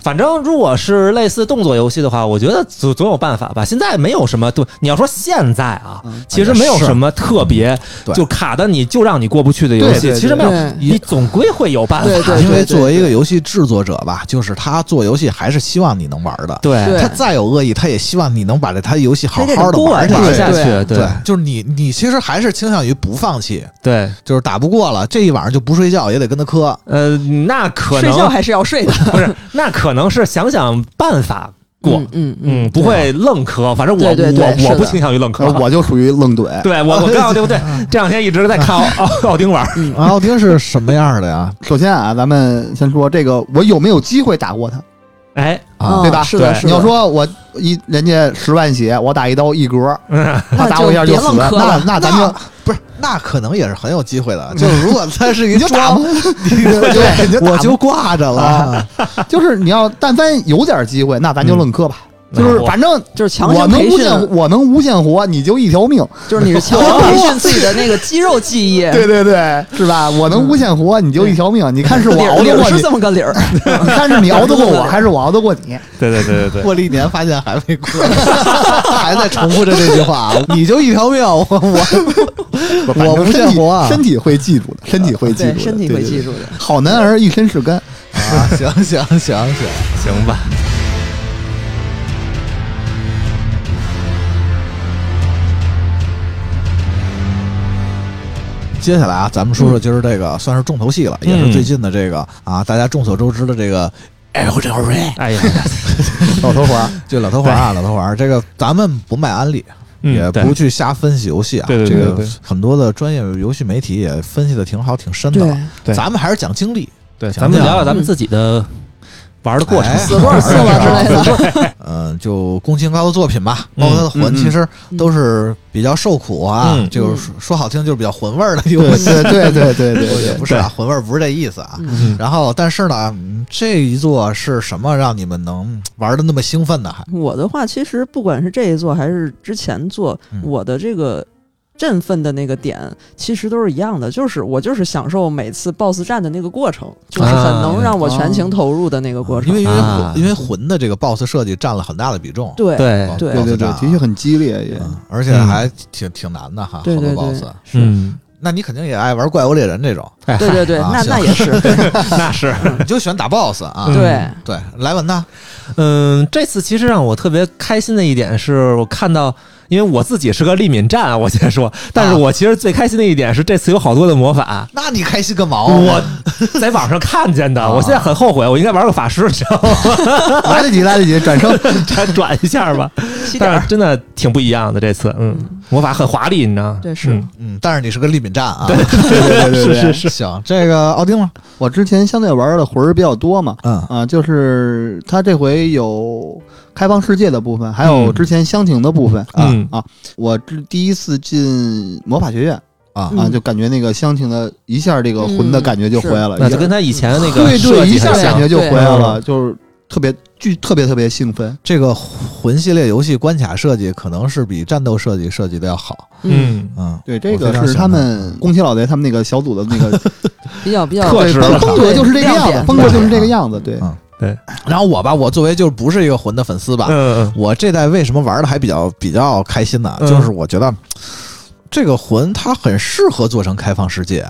B: 反正如果是类似动作游戏的话，我觉得总总有办法吧。现在没有什么对，你要说现在啊，
C: 嗯
B: 其实没有什么特别
A: 对
B: 就卡的你就让你过不去的游
F: 对
B: 戏，
F: 对
B: 其实没有
C: 哎对，
B: 你总归会有办法。
C: 对对
A: 因为作为一个游戏制作者吧，就是他做游戏还是希望你能玩的。
B: 对
C: 对
A: 他再有恶意，他也希望你能把这台游戏好好的玩
C: 他
A: 下
C: 得
B: 玩
A: 去。
B: 下去，
C: 对
B: 对
A: 就是你，你其实还是倾向于不放弃，
B: 对，
A: 就是打不过了，这一晚上就不睡觉也得跟他磕。
B: 呃，那可
C: 睡觉
B: 能
C: 还是要睡的。
B: 不是，那可能是想想办法过，
C: 嗯
B: 嗯，不会愣磕。反正我
C: 对对对是
B: 我
C: 的
B: 我不倾向于愣磕
F: 然，呃后我就属于愣怼，
B: 对我我告诉对不对？这两天一直在看奥奥奥丁玩，
A: 啊 奥丁是什么样的呀？
F: 首先啊，咱们先说这个，我有没有机会打过他？
B: 哎，
A: 啊，
F: 对吧
C: 是的，
B: 对
C: 是
F: 你
C: 的
F: 要说我一人家十万血，我打一刀 一格，他
C: 那
F: 打我一下
C: 就别
F: 死，
C: 愣磕
F: 那
C: 了。
F: 那咱就
A: 不是，那可能也是很有机会 的。就是如果他是一
F: 你就打吧
A: 装，，
F: 对，你就
A: 我
F: 打吧
A: 就挂着了。
F: 就是你要但凡有点机会，那咱
A: 嗯
F: 就愣磕吧。就是
B: 我
F: 反正
C: 就是强
F: 我
C: 行
F: 能
C: 培
F: 无
C: 训，
F: 限我能无限活，你就一条命。
C: 就是你是强行培训自己的那个肌肉记忆。
F: 对对对，是吧？我能无限活，你就一条命。你看是我
C: 理
F: 熬
C: 儿理
F: 得
C: 儿
F: 过
C: 是
F: 你，
C: 这么个理儿，
F: 你看是你熬得过我，还是我熬得过你？
B: 对对对对对，
A: 过了一年，发现还没过， 还在重复着这句话。你就一条命，我我
F: 反
A: 无限
F: 正身体
A: 活啊
F: 身体会记住的，身体会记住
C: 对，
F: 的，
C: 身体
F: 对
C: 会
F: 对
C: 记
F: 对
C: 住的。
F: 好男儿一身是肝，
A: 啊，行行行行，
B: 行吧。
A: 接下来啊，咱们说说今儿这个算是重头戏了，也是最近的这个啊，大家众所周知的这个。哎，我这会儿
B: 哎 呀，
F: 老头环。
A: 就老头环啊，老头环，这个咱们不卖安利，
B: 嗯
A: 也
B: 对
A: 不去瞎分析游戏啊。
B: 对对对
A: 这个
B: 对对
A: 很多的专业游戏媒体也分析的挺好，挺深的了。
B: 对
A: 咱们还是讲经历。
B: 对，
A: 讲
B: 咱们
A: 讲
B: 聊聊咱们自己的玩的过程
A: 哎。
C: 死多少次了之类的，
A: 嗯，就宫崎高的作品吧，包括他的魂，
F: 嗯嗯
A: 其实都是比较受苦啊，
B: 嗯
A: 就是说说好听就是比较魂味儿的
F: 对
A: 游戏。
F: 对对对对对
A: 也
F: 对，
A: 不是啊，魂味儿不是这意思啊。
C: 嗯
A: 然后，但是呢，嗯这一座是什么让你们能玩的那么兴奋呢？还
C: 我的话，其实不管是这一座还是之前做，
A: 嗯
C: 我的这个振奋的那个点其实都是一样的，就是我就是享受每次 BOSS 战的那个过程，就是很能让我全
B: 哦
C: 情投入的那个过程。
A: 因为因为
B: 啊
A: 魂因为魂的这个 BOSS 设计占了很大的比重，
C: 对
B: 对
A: 啊
C: 对
F: 对
A: BOSS
F: 对对，
A: 战啊
F: 的确很激烈也。
A: 嗯而且还挺挺难的哈，好
C: 对
A: 多
C: 对对
A: BOSS。
B: 嗯，
A: 那你肯定也爱玩怪物猎人这种，
B: 哎，
C: 对对对，
A: 啊
C: 那
A: 行
C: 那也是
B: 那是，
A: 你就喜欢打 BOSS 啊？
C: 对。
A: 对，莱文呢？
B: 嗯，这次其实让我特别开心的一点是我看到。因为我自己是个利敏战啊，我先说，但是我其实最开心的一点是这次有好多的魔法，
A: 那你开心个毛！
B: 我 在网上看见的，
A: 啊
B: 我现在很后悔，我应该玩个法师，你知道吗？
F: 来得及，来得及，转身。
B: 转转一下吧。
C: 七点
B: 但
C: 儿
B: 是真的挺不一样的，这次，嗯，魔法很华丽，你知道吗？
C: 对是
B: 嗯
A: 嗯，但是你是个利敏战啊。
F: 对对对对，
B: 是
F: 是。
B: 是是，
A: 行，这个奥丁呢？
F: 我之前相对玩的魂儿比较多嘛，
A: 嗯
F: 啊，就是他这回有开放世界的部分，还有
B: 嗯
F: 之前乡情的部分啊、
B: 嗯
F: 啊！我这第一次进魔法学院
A: 啊
C: 嗯
F: 啊，就感觉那个乡情的一下这个魂的感觉就回来了，
B: 那
F: 一
B: 就
F: 下
B: 跟他以前那个
F: 对
B: 设
F: 对，
B: 计
F: 一下
B: 很
F: 感
B: 像
F: 觉就
C: 对
F: 回来了，就是特别巨特别特别兴奋。
A: 这个魂系列游戏关卡设计可能是比战斗设计设计的要好。
B: 嗯，
A: 嗯，
F: 对，这
A: 我非
F: 个
A: 常
F: 是
A: 喜欢
F: 他们宫崎老贼他们那个小组的那 个
C: 比较比较
B: 特
F: 啊对
B: 质
F: 风
B: 了
F: 风格就是这个样子
C: 亮，点
F: 风格就是这个样子。对
A: 嗯，
B: 对，
A: 然后我吧，我作为就是不是一个魂的粉丝吧，
B: 嗯
A: 我这代为什么玩的还比较比较开心呢？
B: 嗯
A: 就是我觉得这个魂它很适合做成开放世界，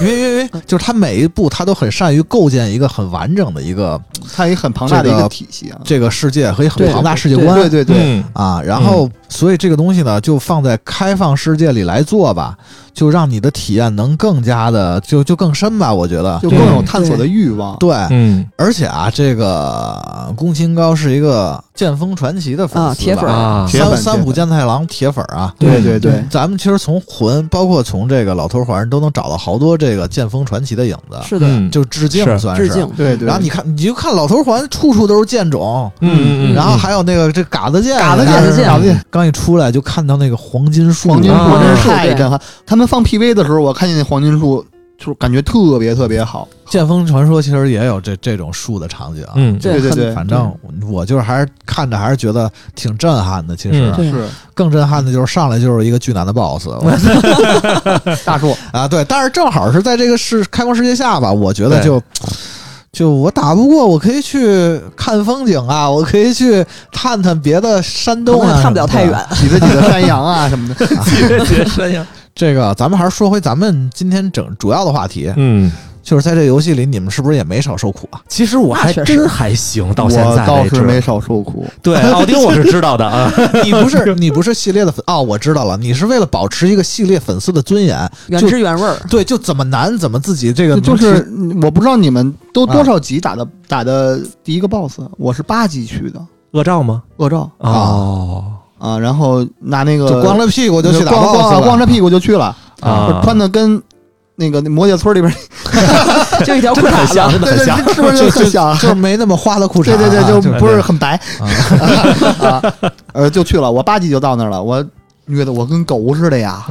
A: 因为因为因为就是它每一步它都很善于构建一个很完整的一个
F: 它也很庞大的一
A: 这
F: 个
A: 个
F: 体系啊。
A: 这个世界和一个很
C: 对
A: 庞大世界观。
F: 对对对，
B: 嗯
A: 啊，然后所以这个东西呢，就放在开放世界里来做吧，就让你的体验能更加的就就更深吧，我觉得。
F: 就更有探索的欲望。
A: 对，
B: 嗯
A: 而且啊，这个宫崎英高是一个《剑锋传奇》的粉丝吧
C: 啊铁粉
B: 嗯啊，
F: 铁
A: 三
F: 粉
A: 三
F: 铁
A: 浦
F: 粉
A: 健太郎铁粉啊。
F: 对对对，
A: 咱们其实从魂，包括从这个老头环，都能找到好多这个《剑锋传奇》的影子，
C: 是
B: 嗯
C: 的，
A: 就致敬
B: 是
A: 算是
C: 致敬。
F: 对对，
A: 然后你看，你就看老头环，处处都是剑种，
B: 嗯嗯，
A: 然后还有那个这嘎子剑，
F: 嘎子
C: 嘎子
F: 剑，
C: 剑
F: 嘎子剑，
A: 刚一出来就看到那个黄金树，
F: 黄金
B: 啊
F: 树真
C: 啊
F: 是太
C: 对
F: 震撼。他们放 PV 的时候，我看见那黄金树，就是感觉特别特别好。
A: 剑锋传说其实也有这这种树的场景啊。
B: 嗯
F: 对对
C: 很
F: 对
A: 反正我就是还是看着还是觉得挺震撼的。其实、
B: 嗯
C: 对
F: 是
A: 更震撼的就是上来就是一个巨难的 BOSS 我
F: 大树，
A: 啊，对。但是正好是在这个是开放世界下吧，我觉得
B: 对
A: 就就我打不过，我可以去看风景啊，我可以去探探别的山
C: 可
A: 洞
C: 能
A: 啊，
C: 也看不了太
A: 什么的
C: 远。。
F: 挤得挤得山羊啊什么的，
B: 绝山羊，
A: 这个咱们还是说回咱们今天整主要的话题，
B: 嗯，
A: 就是在这游戏里，你们是不是也没少受苦啊？
B: 其实我还
C: 那确实
B: 真还行，到现
F: 我
B: 在
F: 倒
B: 为
F: 是
B: 止
F: 没少受苦。
B: 对奥丁我是知道的啊，
A: 你不 是你不是系列的粉哦，我知道了，你是为了保持一个系列粉丝的尊严，
C: 原
A: 就
C: 汁原味儿，
A: 对，就怎么难怎么自己这个
F: 就
A: 能
F: 是
A: 提
F: 嗯我不知道你们都多少级打的打的第一个 boss，我是八级去的
B: 恶兆吗？
F: 恶兆
B: 哦
F: 啊，然后拿那个
A: 就光着屁股就去打
F: 呃光
A: boss
F: 光
A: 了
F: 光着屁股就去了
B: 啊
F: 穿的跟那个魔界村里边
C: 就一条裤
B: 真的很
C: 衩
B: 像，
C: 子。
B: 真 的
F: 对
B: 很
F: 对，
B: 像。
F: 是不是就很像？
A: 就是没那么花的裤衩
F: 对
A: 啊，
F: 对对，就
B: 对
F: 不是很白
A: 啊
F: 啊，呃，就去了，我八级就到那儿了，我虐的我跟狗似的呀，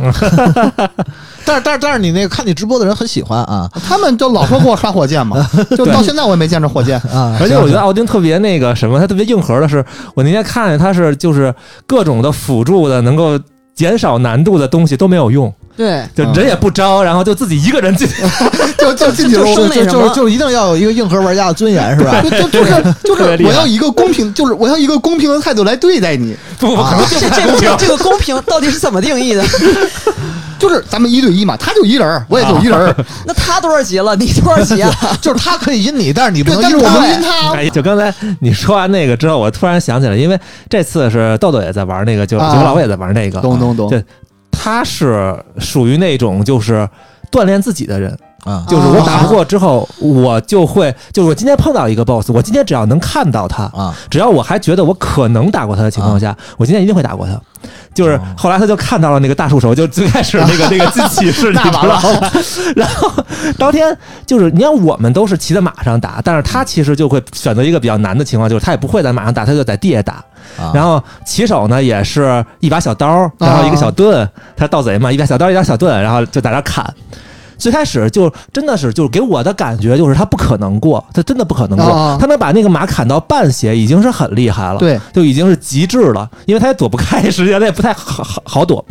A: 但是但是但是你那个看你直播的人很喜欢啊
F: 他们就老说给我刷火箭嘛，就到现在我也没见着火箭，
A: 啊，
B: 而且我觉
A: 行
B: 得奥丁特别那个什么，他特别硬核的是，我那天看见他是就是各种的辅助的能够减少难度的东西都没有用，
C: 对，
B: 就人也不招，然后就自己一个人进去。
F: 就就进去了，
A: 就
C: 就生
A: 就
C: 那什
A: 就
C: 么
A: 就一定要有一个硬核玩家的尊严是吧？
F: 就就就是就
B: 特别
F: 是
B: 厉害
F: 我要一个公平，就是我要一个公平的态度来对待你，
B: 不，不可能就
C: 这
B: 不公
C: 这
B: 平
C: 个。这个公平到底是怎么定义的？
F: 就是咱们一对一嘛，他就一人儿，我也就一人儿，
C: 那他多少级了？你多少级啊？
A: 就是他可以阴你，但是你不 能
F: 对，但
A: 阴
F: 是我
A: 我
F: 们
A: 们。
F: 晕他。
B: 哎，就刚才你说完那个之后，我突然想起来，因为这次是豆豆也在玩那个，就
F: 啊
B: 九老也在玩那个，
F: 懂懂懂
B: 对他是属于那种就是锻炼自己的人，
A: 啊
B: 就是我打不过之后，我就会，就是我今天碰到一个 boss，我今天只要能看到他，
A: 啊，
B: 只要我还觉得我可能打过他的情况下，我今天一定会打过他。就是后来他就看到了那个大树手，就最开始那个那个金骑士，你知道吗？ 然后当天就是你看我们都是骑在马上打，但是他其实就会选择一个比较难的情况，就是他也不会在马上打，他就在地下打。然
A: 后
B: 后骑手呢也是一把小刀，然后一个小盾，他盗贼嘛，一把小刀一把小盾，然后就在那砍。最开始就真的是就是给我的感觉就是他不可能过，他真的不可能
F: 啊
B: 过，他能把那个马砍到半血已经是很厉害了，
F: 对，
B: 就已经是极致了，因为他也躲不开，实际上他也不太好好好躲。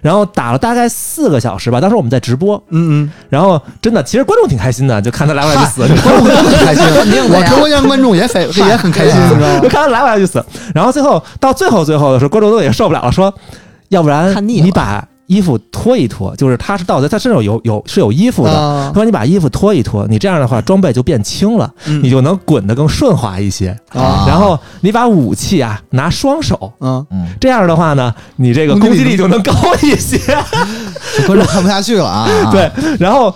B: 然后打了大概四个小时吧，当时我们在直播，
F: 嗯
B: 然后真的其实观众挺开心的，就看他来回来去死，
F: 嗯，观众都很开心，我直播间观众也非也很开心，你知道吗
B: 就？看他来回来去死。然后最后到最后最后的时候，观众都也受不了了，说要不然
C: 看腻了
B: 你把衣服脱一脱，就是他是盗贼，他身上有有是有衣服的。
F: 啊
B: 他说：“你把衣服脱一脱，你这样的话装备就变轻了，
F: 嗯
B: 你就能滚得更顺滑一些。
F: 啊
B: 然后你把武器啊拿双手，
F: 嗯，
A: 嗯，
B: 这样的话呢，你这个攻击力就能高一些。
A: 这观众看不下去了 啊，啊
B: 对，然后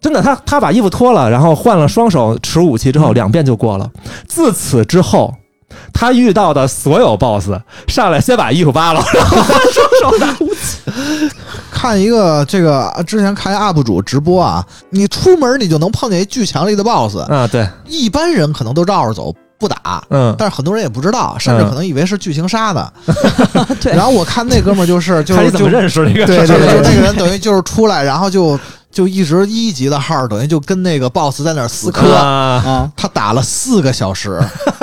B: 真的，他他把衣服脱了，然后换了双手持武器之
A: 嗯
B: 后，两遍就过了。自此之后。他遇到的所有 boss 上来先把衣服扒了，然后双 手拿武器。
A: 看一个这个啊之前看一 UP 主直播啊，你出门你就能碰见一巨强力的 BOSS，
B: 啊，对，
A: 一般人可能都绕着走不打。
B: 嗯，
A: 但是很多人也不知道，甚至
B: 嗯
A: 可能以为是剧情杀呢。
C: 对
A: 然后我看那哥们儿 就是就
B: 看
A: 是
B: 你怎么
A: 就
B: 认识这个。
A: 对
F: 对
A: 对
F: 对
A: 就是那个人等于就是出来，然后就就一直一级的号儿，等于就跟那个 boss 在那儿死磕。
B: 啊，
F: 啊，
A: 他打了四个小时，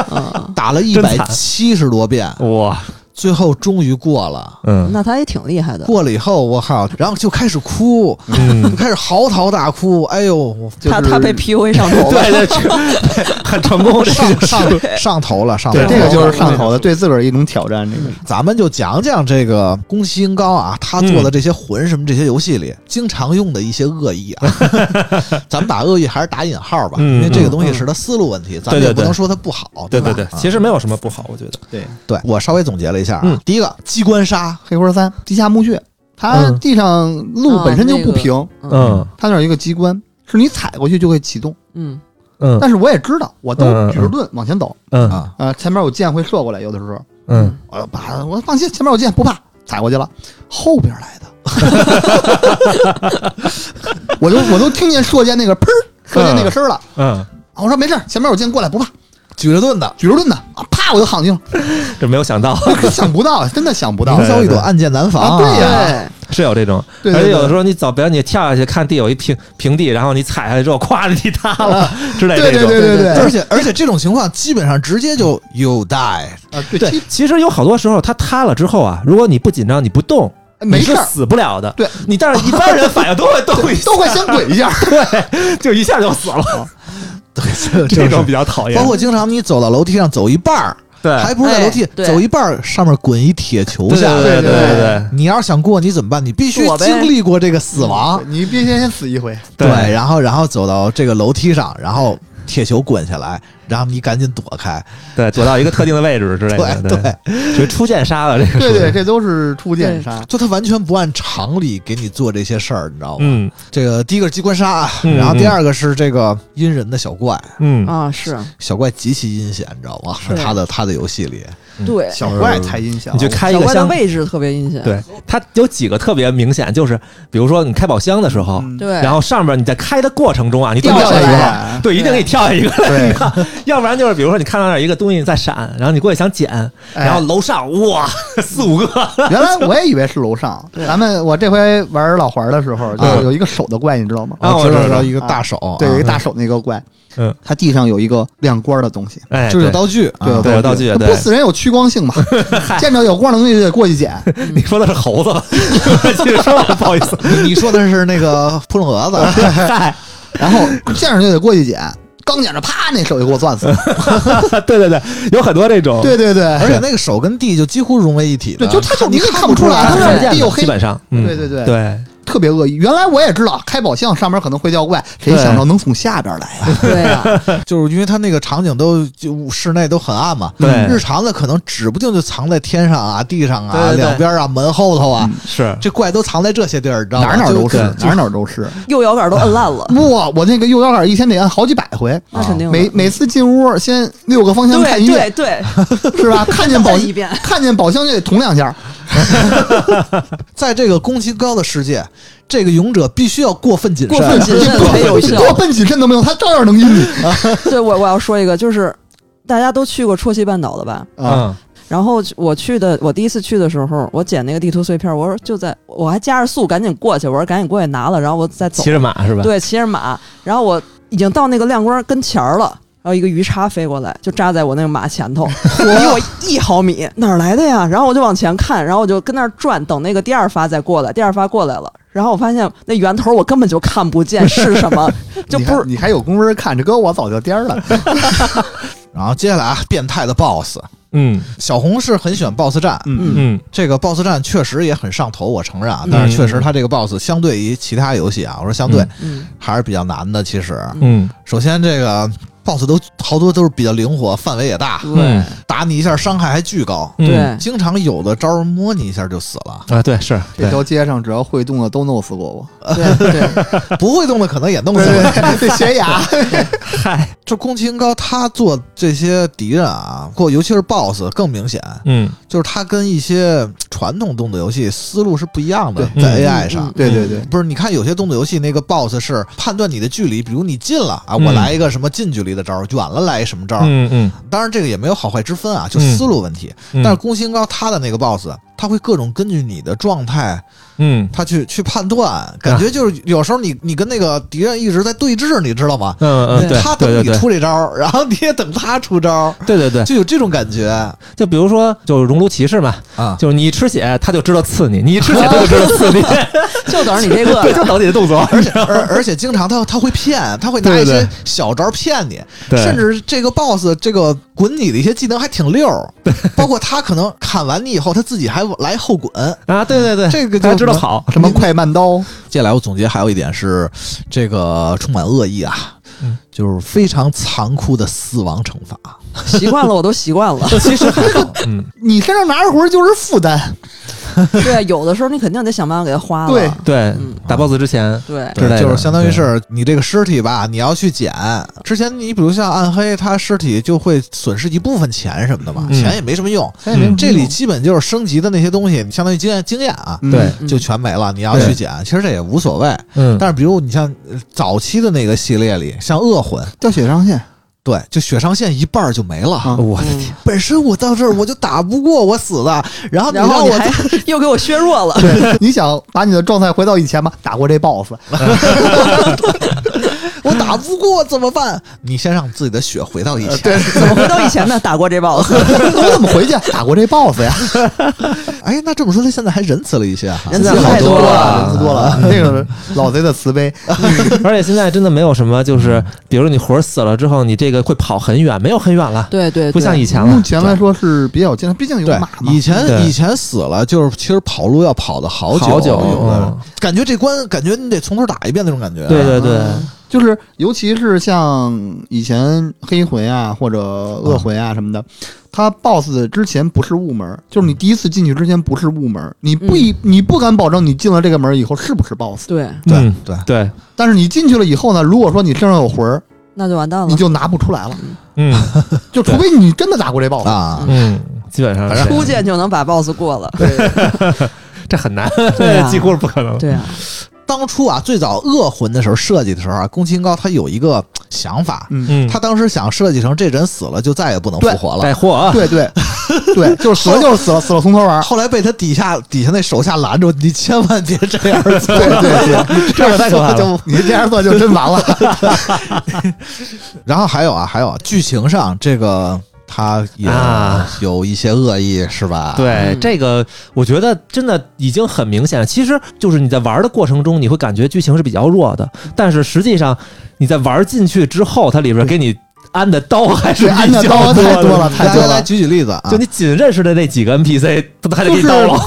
C: 嗯，
A: 打了一
B: 真
A: 百
B: 惨
A: 七十多遍，
B: 哇，
A: 最后终于过了。
B: 嗯
C: 那他也挺厉害的。
A: 过了以后，我靠，然后就开始哭，就
B: 嗯，
A: 开始嚎啕大哭。哎呦，我
F: 就是
C: 他他被 PUA 上头了，
B: 对对，这 对很成功，这
A: 上
B: 就是
A: 上上头了，上头
B: 对
A: 了。
F: 这个就是上头
E: 头
F: 的，对自个儿一种挑战，这个
A: 咱们就讲讲这个宫崎英高啊，他做的这些魂什么这些游戏里、经常用的一些恶意 啊。咱们把恶意还是打引号吧，
B: 嗯
A: 因为这个东西是他思路问题，咱们也不能说他不好。
B: 对
A: 吧
B: 对对，
A: 啊
B: 其实没有什么不好，我觉得。
F: 对。
A: 对我稍微总结了一下啊，
B: 嗯
A: 第一个机关杀，
F: 黑魂三地下墓穴，它
B: 嗯
F: 地上路本身就不平，
B: 嗯
F: 它那儿有一个机关，是你踩过去就会启动。
C: 嗯，
B: 嗯
F: 但是我也知道，我都
B: 嗯嗯嗯
F: 举着盾往前走，
B: 嗯
A: 啊，
F: 啊，前面有剑会射过来，有的时候，
B: 嗯，
F: 我把我放心，前面有剑，不怕，踩过去了，后边来的， 我就我都听见射箭那个砰儿射箭那个声儿了。
B: 嗯，
F: 啊我说没事儿，前面有剑过来，不怕，
A: 举着盾的，
F: 举着盾呢，啊，啪我就躺进了，
B: 这没有想到
F: 我想不到，真的想 不到
A: 明，
B: 对
A: 骚
B: 对
A: 一朵，
B: 对
A: 暗箭难防、
F: 啊对呀
C: 对，
B: 是有这种，
F: 对
B: 而
F: 对
B: 且有的
F: 对
B: 时候你走，比如你跳下去看地有一平平地，然后你踩下去之后，咵，地塌了之类
F: 对
B: 这
F: 对
B: 种。
F: 对对对，
A: 而且而且这种情况基本上直接就 you die，
F: 啊，对，其
B: 其实有好多时候它塌了之后啊，如果你不紧张，你不动，
F: 没
B: 你
F: 事
B: 是
F: 儿，
B: 死不了的。
F: 对，
B: 你 但是一般人反应都会动一下，
F: 都会先滚一下。
B: 就一下就死了。
A: 这
B: 这种比较讨厌
A: 包。括经常你走到楼梯上走一半儿，
B: 哎对
A: 还不如在楼梯
C: 哎对
A: 走一半儿上面滚一铁球
B: 对
A: 下来。
B: 对对
F: 对对
B: 对
A: 你要是想过，你怎么办？你必须
C: 躲呗
A: 经历过这个死亡，
F: 你必须先死一回。
B: 对
A: 然后然后走到这个楼梯上，然后铁球滚下来，然后你赶紧躲开。
B: 对，躲到一个特定的位置之类的，
A: 对对，
B: 属于初见杀了这个。
F: 对对，，这都是初见杀。
A: 就他完全不按常理给你做这些事儿，你知道吗？
B: 嗯
A: 这个第一个是机关杀啊，
B: 嗯
A: 然后第二个是这个阴人的小怪，
B: 嗯，
C: 啊，是
A: 小怪极其阴险，你知道吗？
C: 是
A: 他的他的游戏里，
C: 对。
F: 小怪才阴小，
B: 你就开一
C: 小
B: 个
C: 怪的
B: 箱，
C: 位置特别阴险，
B: 对，它有几个特别明显，就是比如说你开宝箱的时候，
F: 嗯
C: 对
B: 然后上边你在开的过程中啊，你
F: 掉
B: 下
F: 下
B: 时候，
F: 来，
B: 对，一定给你跳下一个来，
F: 对，
B: 要不然就是比如说你看到那儿一个东西在闪，然后你过去想捡，然后楼上哇四五个，
F: 原来我也以为是楼上。
C: 对
F: 咱们我这回玩老环的时候，就
B: 啊
F: 是有一个手的怪，你知道吗？
B: 啊
A: 我知
B: 我
A: 道
B: 知道
A: 一个大手，
F: 对，有一
A: 啊
F: 个大手那个怪，
B: 嗯，
F: 它地上有一个亮光的东西，
B: 哎，
A: 就是有
B: 对
A: 道具，
F: 对，
A: 啊
B: 对有道具
F: 那
B: 对
F: 不死人有趋光性嘛，见着有光的东西就得过去捡。
B: 你说的是猴 子吧？我记着说了，不好意思，
A: 你你说的是那个扑棱蛾
B: 哎
A: 子，
B: 嗨，
F: 然后见着就得过去捡，刚捡着啪，那手就给我攥死了。
B: 对对对，有很多这种，
F: 对对对，
A: 而且那个手跟地就几乎融为一体的，
F: 对，就他就
A: 你
F: 你看
A: 不
F: 不出来，
A: 来，
F: 他
B: 看不见
F: 是
B: 的，
F: 地又黑
B: 基，本上，嗯，
F: 对对对
B: 对，
F: 特别恶意。原来我也知道开宝箱上面可能会掉怪，谁想到能从下边来啊呀？
C: 对呀，
A: 就是因为他那个场景都就室内都很暗嘛，
B: 对
A: 日常的可能指不定就藏在天上啊、地上啊、
B: 对对嗯对
A: 两边啊、门后头啊，
B: 是
A: 这怪都藏在这些地儿，你知道吗？
F: 哪儿哪儿都是
A: 就，
F: 哪儿哪儿都是。
C: 右摇杆都摁烂了，
F: 哇，我那个右摇杆一天得按好几百回，
C: 那肯定的
F: 每每次进屋先六个方向看
C: 对
F: 一
C: 对
F: 遍，
C: 对，
F: 是 吧？看见宝
C: 摁一遍
F: 看见宝箱就得捅两 下，
A: 在这个攻击高的世界，这个勇者必须要过分谨慎，
C: 过分谨慎
F: 过
C: 没有效。
F: 过分谨慎都没用，他照样 能阴你
C: 对我我要说一个，就是大家都去过戳西半岛的吧？
F: 啊！
B: 嗯，
C: 然后我去的，我第一次去的时候，我捡那个地图碎片，我说就在，我还加着速赶紧过去，我说赶紧过去拿了，然后我再走
B: 骑。着马是吧？
C: 对，骑着马，然后我已经到那个亮光跟前儿了，然后一个鱼叉飞过来，就扎在我那个马前头，离我一毫米，哪儿来的呀？然后我就往前看，然后我就跟那儿转，等那个第二发再过来，第二发过来了，然后我发现那源头我根本就看不见是什么，就
F: 你
C: 不
F: 还
C: 是
F: 你还有功夫看，这哥我早就颠 儿了。
A: 然后接下来啊，变态的 BOSS，
B: 嗯
A: 小红是很喜欢 BOSS 战，
F: 嗯
B: 嗯，
A: 这个 BOSS 战确实也很上头，我承认啊
C: 嗯，
A: 但是确实他这个 BOSS 相对于其他游戏啊，我说相对
C: 嗯
A: 还是比较难的。其实，
B: 嗯
A: 首先这个 BOSS 都好多都是比较灵活，范围也大，
C: 对
A: 打你一下伤害还巨高，
B: 嗯
C: 对
B: 嗯
A: 经常有的招儿摸你一下就死 了，
B: 啊，对是，
F: 这
B: 对
F: 条街上只要会动的都弄死过我，
C: 对对，
A: 不会动的可能也弄死
F: 对
A: 了。
F: 对对，悬崖。
B: 嗨，
A: 这宫崎英高他做这些敌人啊，或尤其是 BOSS 更明显，
B: 嗯
A: 就是他跟一些传统动作游戏思路是不一样的，
B: 对
A: 在
B: 嗯
A: AI 上。
C: 嗯
F: 对对对，
A: 不是，你看有些动作游戏那个 BOSS 是判断你的距离，比如你近了啊，
B: 嗯
A: 我来一个什么近距离的招儿，远了来一什么招儿。
B: 嗯嗯
A: 当然这个也没有好坏之分啊，就
B: 嗯
A: 思路问题。
B: 嗯，
A: 但是宫崎英高他的那个 BOSS，他会各种根据你的状态，
B: 嗯
A: 他去去判断，感觉就是有时候你你跟那个敌人一直在对峙，你知道吗？
B: 嗯嗯，对
A: 他等
B: 对对
A: 你
B: 对
A: 出这招儿，然后你也等他出招儿，
B: 对对对，
A: 就有这种感觉啊。
B: 就比如说就是熔炉骑士嘛，就是你一吃血他就知道刺你，你一吃血他就知道刺你，
C: 就等着你这个
B: 对，
C: 了。
B: 就等你的动作，
A: 而且而而且经常他他会骗，他会拿
B: 对
A: 一
B: 对
A: 些
B: 对
A: 小招儿骗你，
B: 对
A: 甚至这个 boss 这个滚你的一些技能还挺溜儿，包括他可能砍完你以后，他自己还来后滚。
B: 啊，对对对，
A: 这个
B: 他
A: 就
B: 知道跑，
F: 什么快慢刀，
A: 接下来我总结还有一点是，这个充满恶意啊，
B: 嗯
A: 就是非常残酷的死亡惩罚。
C: 习惯了，我都习惯了。
B: 其实还好，嗯，
F: 你身上拿着魂就是负担。
C: 对，有的时候你肯定得想办法给它花了。
F: 对
B: 对
C: 嗯，
B: 打 BOSS 之前，
C: 对
B: 之类的
A: 就是相当于是你这个尸体吧，你要去捡。之前你比如像暗黑，它尸体就会损失一部分钱什么的嘛，
B: 嗯
A: 钱也没什么用。
F: 哎没有
B: 嗯
A: 这里基本就是升级的那些东西，你相当于经验经验啊，
F: 嗯
B: 对
A: 就全没了。你要去捡，其实这也无所谓。
B: 嗯，
A: 但是比如你像呃早期的那个系列里，像恶魂，
F: 掉血上线，
A: 对，就血上限一半儿就没了。
F: 啊
B: 我的
C: 嗯
A: 本身我到这儿我就打不过，我死了，然后你
C: 然后
A: 让
C: 你
A: 我
C: 还又给我削弱 了，
F: 你想把你的状态回到以前吧，打过这 boss，
A: 我打不过怎么办？你先让自己的血回到以
B: 呃
A: 前。对，
C: 怎么回到以前呢？打过这 boss，
F: 我怎么回去？啊打过这 boss 呀？
A: 哎，那这么说，他现在还仁慈了一些哈。
C: 仁慈
F: 现在好
C: 太多
F: 了，
C: 了
F: 仁慈多了， 这个是老贼的慈悲。
B: 而且现在真的没有什么，就是比如你活死了之后，你这个会跑很远，没有很远了，
C: 对对
B: 不像以前
F: 目
B: 了。
F: 前来说是比较健康，毕竟有
A: 对
F: 马，嘛
A: 以。
B: 对
A: 前以前死了就是，其实跑路要跑的好久
B: 好久
A: 有的
B: 嗯
A: 感觉这关感觉你得从头打一遍那种感觉。啊
B: 对对对，
F: 就是尤其是像以前黑魂啊或者恶魂啊什么的，它 BOSS 之前不是雾门，就是你第一次进去之前不是雾门，你不以、你不敢保证你进了这个门以后是不是 BOSS，
C: 对，
A: 对
B: 嗯
A: 对，
B: 对，
F: 但是你进去了以后呢，如果说你身上有魂儿，
C: 那就完蛋了
F: 你。就拿不出来了，
B: 嗯
F: 就除非你真的打过这 BOSS。
A: 啊，
B: 嗯，基本上是
F: 啊
B: 这
C: 出
B: 样
C: 去就能把 boss 过了，
B: 这很难
C: 对，啊
B: 几乎是不可能。
C: 对啊，
A: 当初啊，最早恶魂的时候设计的时候啊，宫崎英高他有一个想法，
F: 嗯，
B: 嗯，
A: 他当时想设计成这人死了就再也不能复
F: 对
A: 活了。
B: 带货啊，
F: 对对对，就是死了就是死了，死了从头玩儿。
A: 后来被他底下底下那手下拦住，你千万别这样做。
F: 对对对， 这样
B: 太可怕
F: 做
B: 了
F: 就你这样做就真完 了。
A: 然后还有啊，还有啊剧情上这个他也
B: 啊
A: 有一些恶意，是吧？
B: 对
C: 嗯
B: 这个，我觉得真的已经很明显了。其实就是你在玩的过程中，你会感觉剧情是比较弱的，但是实际上你在玩进去之后，它里边给你安的刀还是
F: 对，安的刀
B: 比较
F: 太多了，
B: 的。
F: 太
A: 来
F: 多
A: 来来，
F: 了。
A: 举举例子啊，
B: 就你仅认识的那几个 NPC，他还得给你刀了。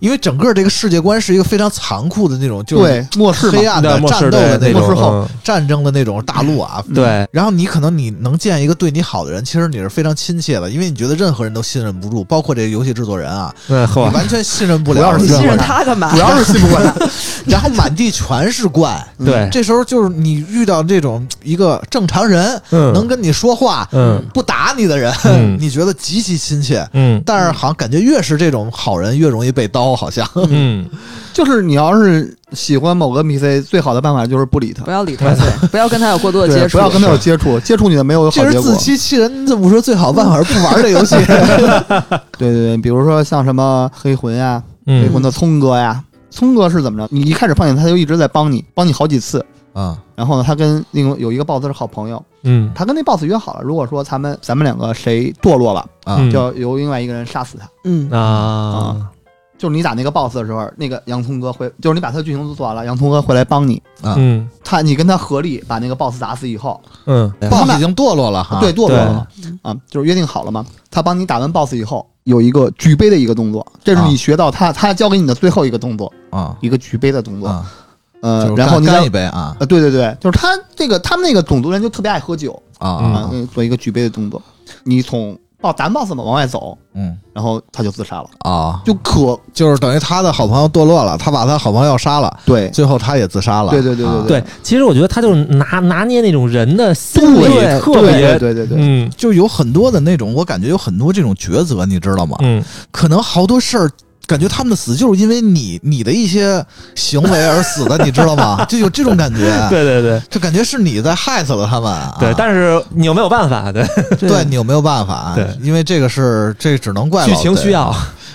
A: 因为整个这个世界观是一个非常残酷的那种，就是
F: 对，末世嘛
A: 黑，暗
B: 对
A: 的
B: 末
A: 战
B: 世
A: 斗的
B: 对
A: 那
B: 末
A: 种
B: 世后
A: 战争的那种大陆啊。
B: 嗯
F: 嗯
B: 对，
A: 然后你可能你能见一个对你好的人，其实你是非常亲切的，因为你觉得任何人都信任不住，包括这个游戏制作人啊，
B: 嗯，后
A: 你完全信任不
F: 主
A: 了
F: 要。是
C: 你
A: 然
C: 信
A: 后
C: 任他干嘛？
F: 主要是信不过他。
A: 然后满地全是怪，
F: 嗯
B: 对，
A: 这时候就是你遇到这种一个正常人
B: 嗯
A: 能跟你说话、
B: 嗯
A: 不打你的人
B: 嗯，
A: 你觉得极其亲切。
B: 嗯
A: 但是好像感觉越是这种好人，越容易被刀，好像。
B: 嗯，
F: 就是你要是喜欢某个 NPC，最好的办法就是不理他
C: 不，要理他， 对，不要跟他有过多的接
F: 对，
C: 触，
F: 不要跟他有接触，接触你的没有好
A: 这
F: 结
A: 是
F: 果
A: 自。欺欺人，你怎么说最好办法是不玩这游 戏？
F: 对对对，比如说像什么黑魂呀、
B: 嗯
F: 黑魂的聪哥呀，聪哥是怎么着？你一开始碰见他，他就一直在帮你，帮你好几次。
A: 啊，
F: 然后呢，他跟另有一个 boss 是好朋友，
B: 嗯
F: 他跟那 boss 约好了，如果说咱们咱们两个谁堕落了，
A: 啊
B: 嗯
F: 就要由另外一个人杀死他。
C: 嗯，
B: 啊，
F: 就是你打那个 boss 的时候，那个洋葱哥会，就是你把他的剧情都做完了，洋葱哥会来帮你。
B: 嗯
F: 他你跟他合力把那个 boss 打死以后，
B: 嗯
A: 豹子已经堕落了哈。
F: 对，，堕落了啊，就是约定好了嘛。他帮你打完 BOSS 以后，有一个举杯的一个动作，这是
A: 啊
F: 你学到他他教给你的最后一个动作，
A: 啊
F: 一个举杯的动作。
A: 啊，
F: 呃
A: 就是，
F: 然后
A: 干
F: 你
A: 干
F: 再
A: 一杯啊
F: 呃，对对对，就是他这个他们那个种族人就特别爱喝酒
A: 啊
F: 啊
A: 啊，
F: 嗯做一个举杯的动作。你从哦打完 BOSS 嘛往外走，
A: 嗯
F: 然后他就自杀了，
A: 啊，
F: 就可
A: 就是等于他的好朋友堕落了，他把他好朋友杀了，
F: 对
A: 最后他也自杀了。
F: 对对对对
A: 啊
B: 对，其实我觉得他就是拿拿捏那种人的心理
F: 对
B: 特别
F: 对，对对对，
B: 嗯
A: 就有很多的那种，我感觉有很多这种抉择，你知道吗？
B: 嗯，
A: 可能好多事儿，感觉他们的死就是因为你你的一些行为而死的，你知道 吗？就有这种感觉，
B: 对对对
A: 就感觉是你在害死了他们啊。
B: 对，但是你有没有办 法？对，
A: 对你有没有办法？啊
B: 对
A: 因为这个是这只能怪
B: 剧
A: 老
B: 情
A: 贼
B: 需要。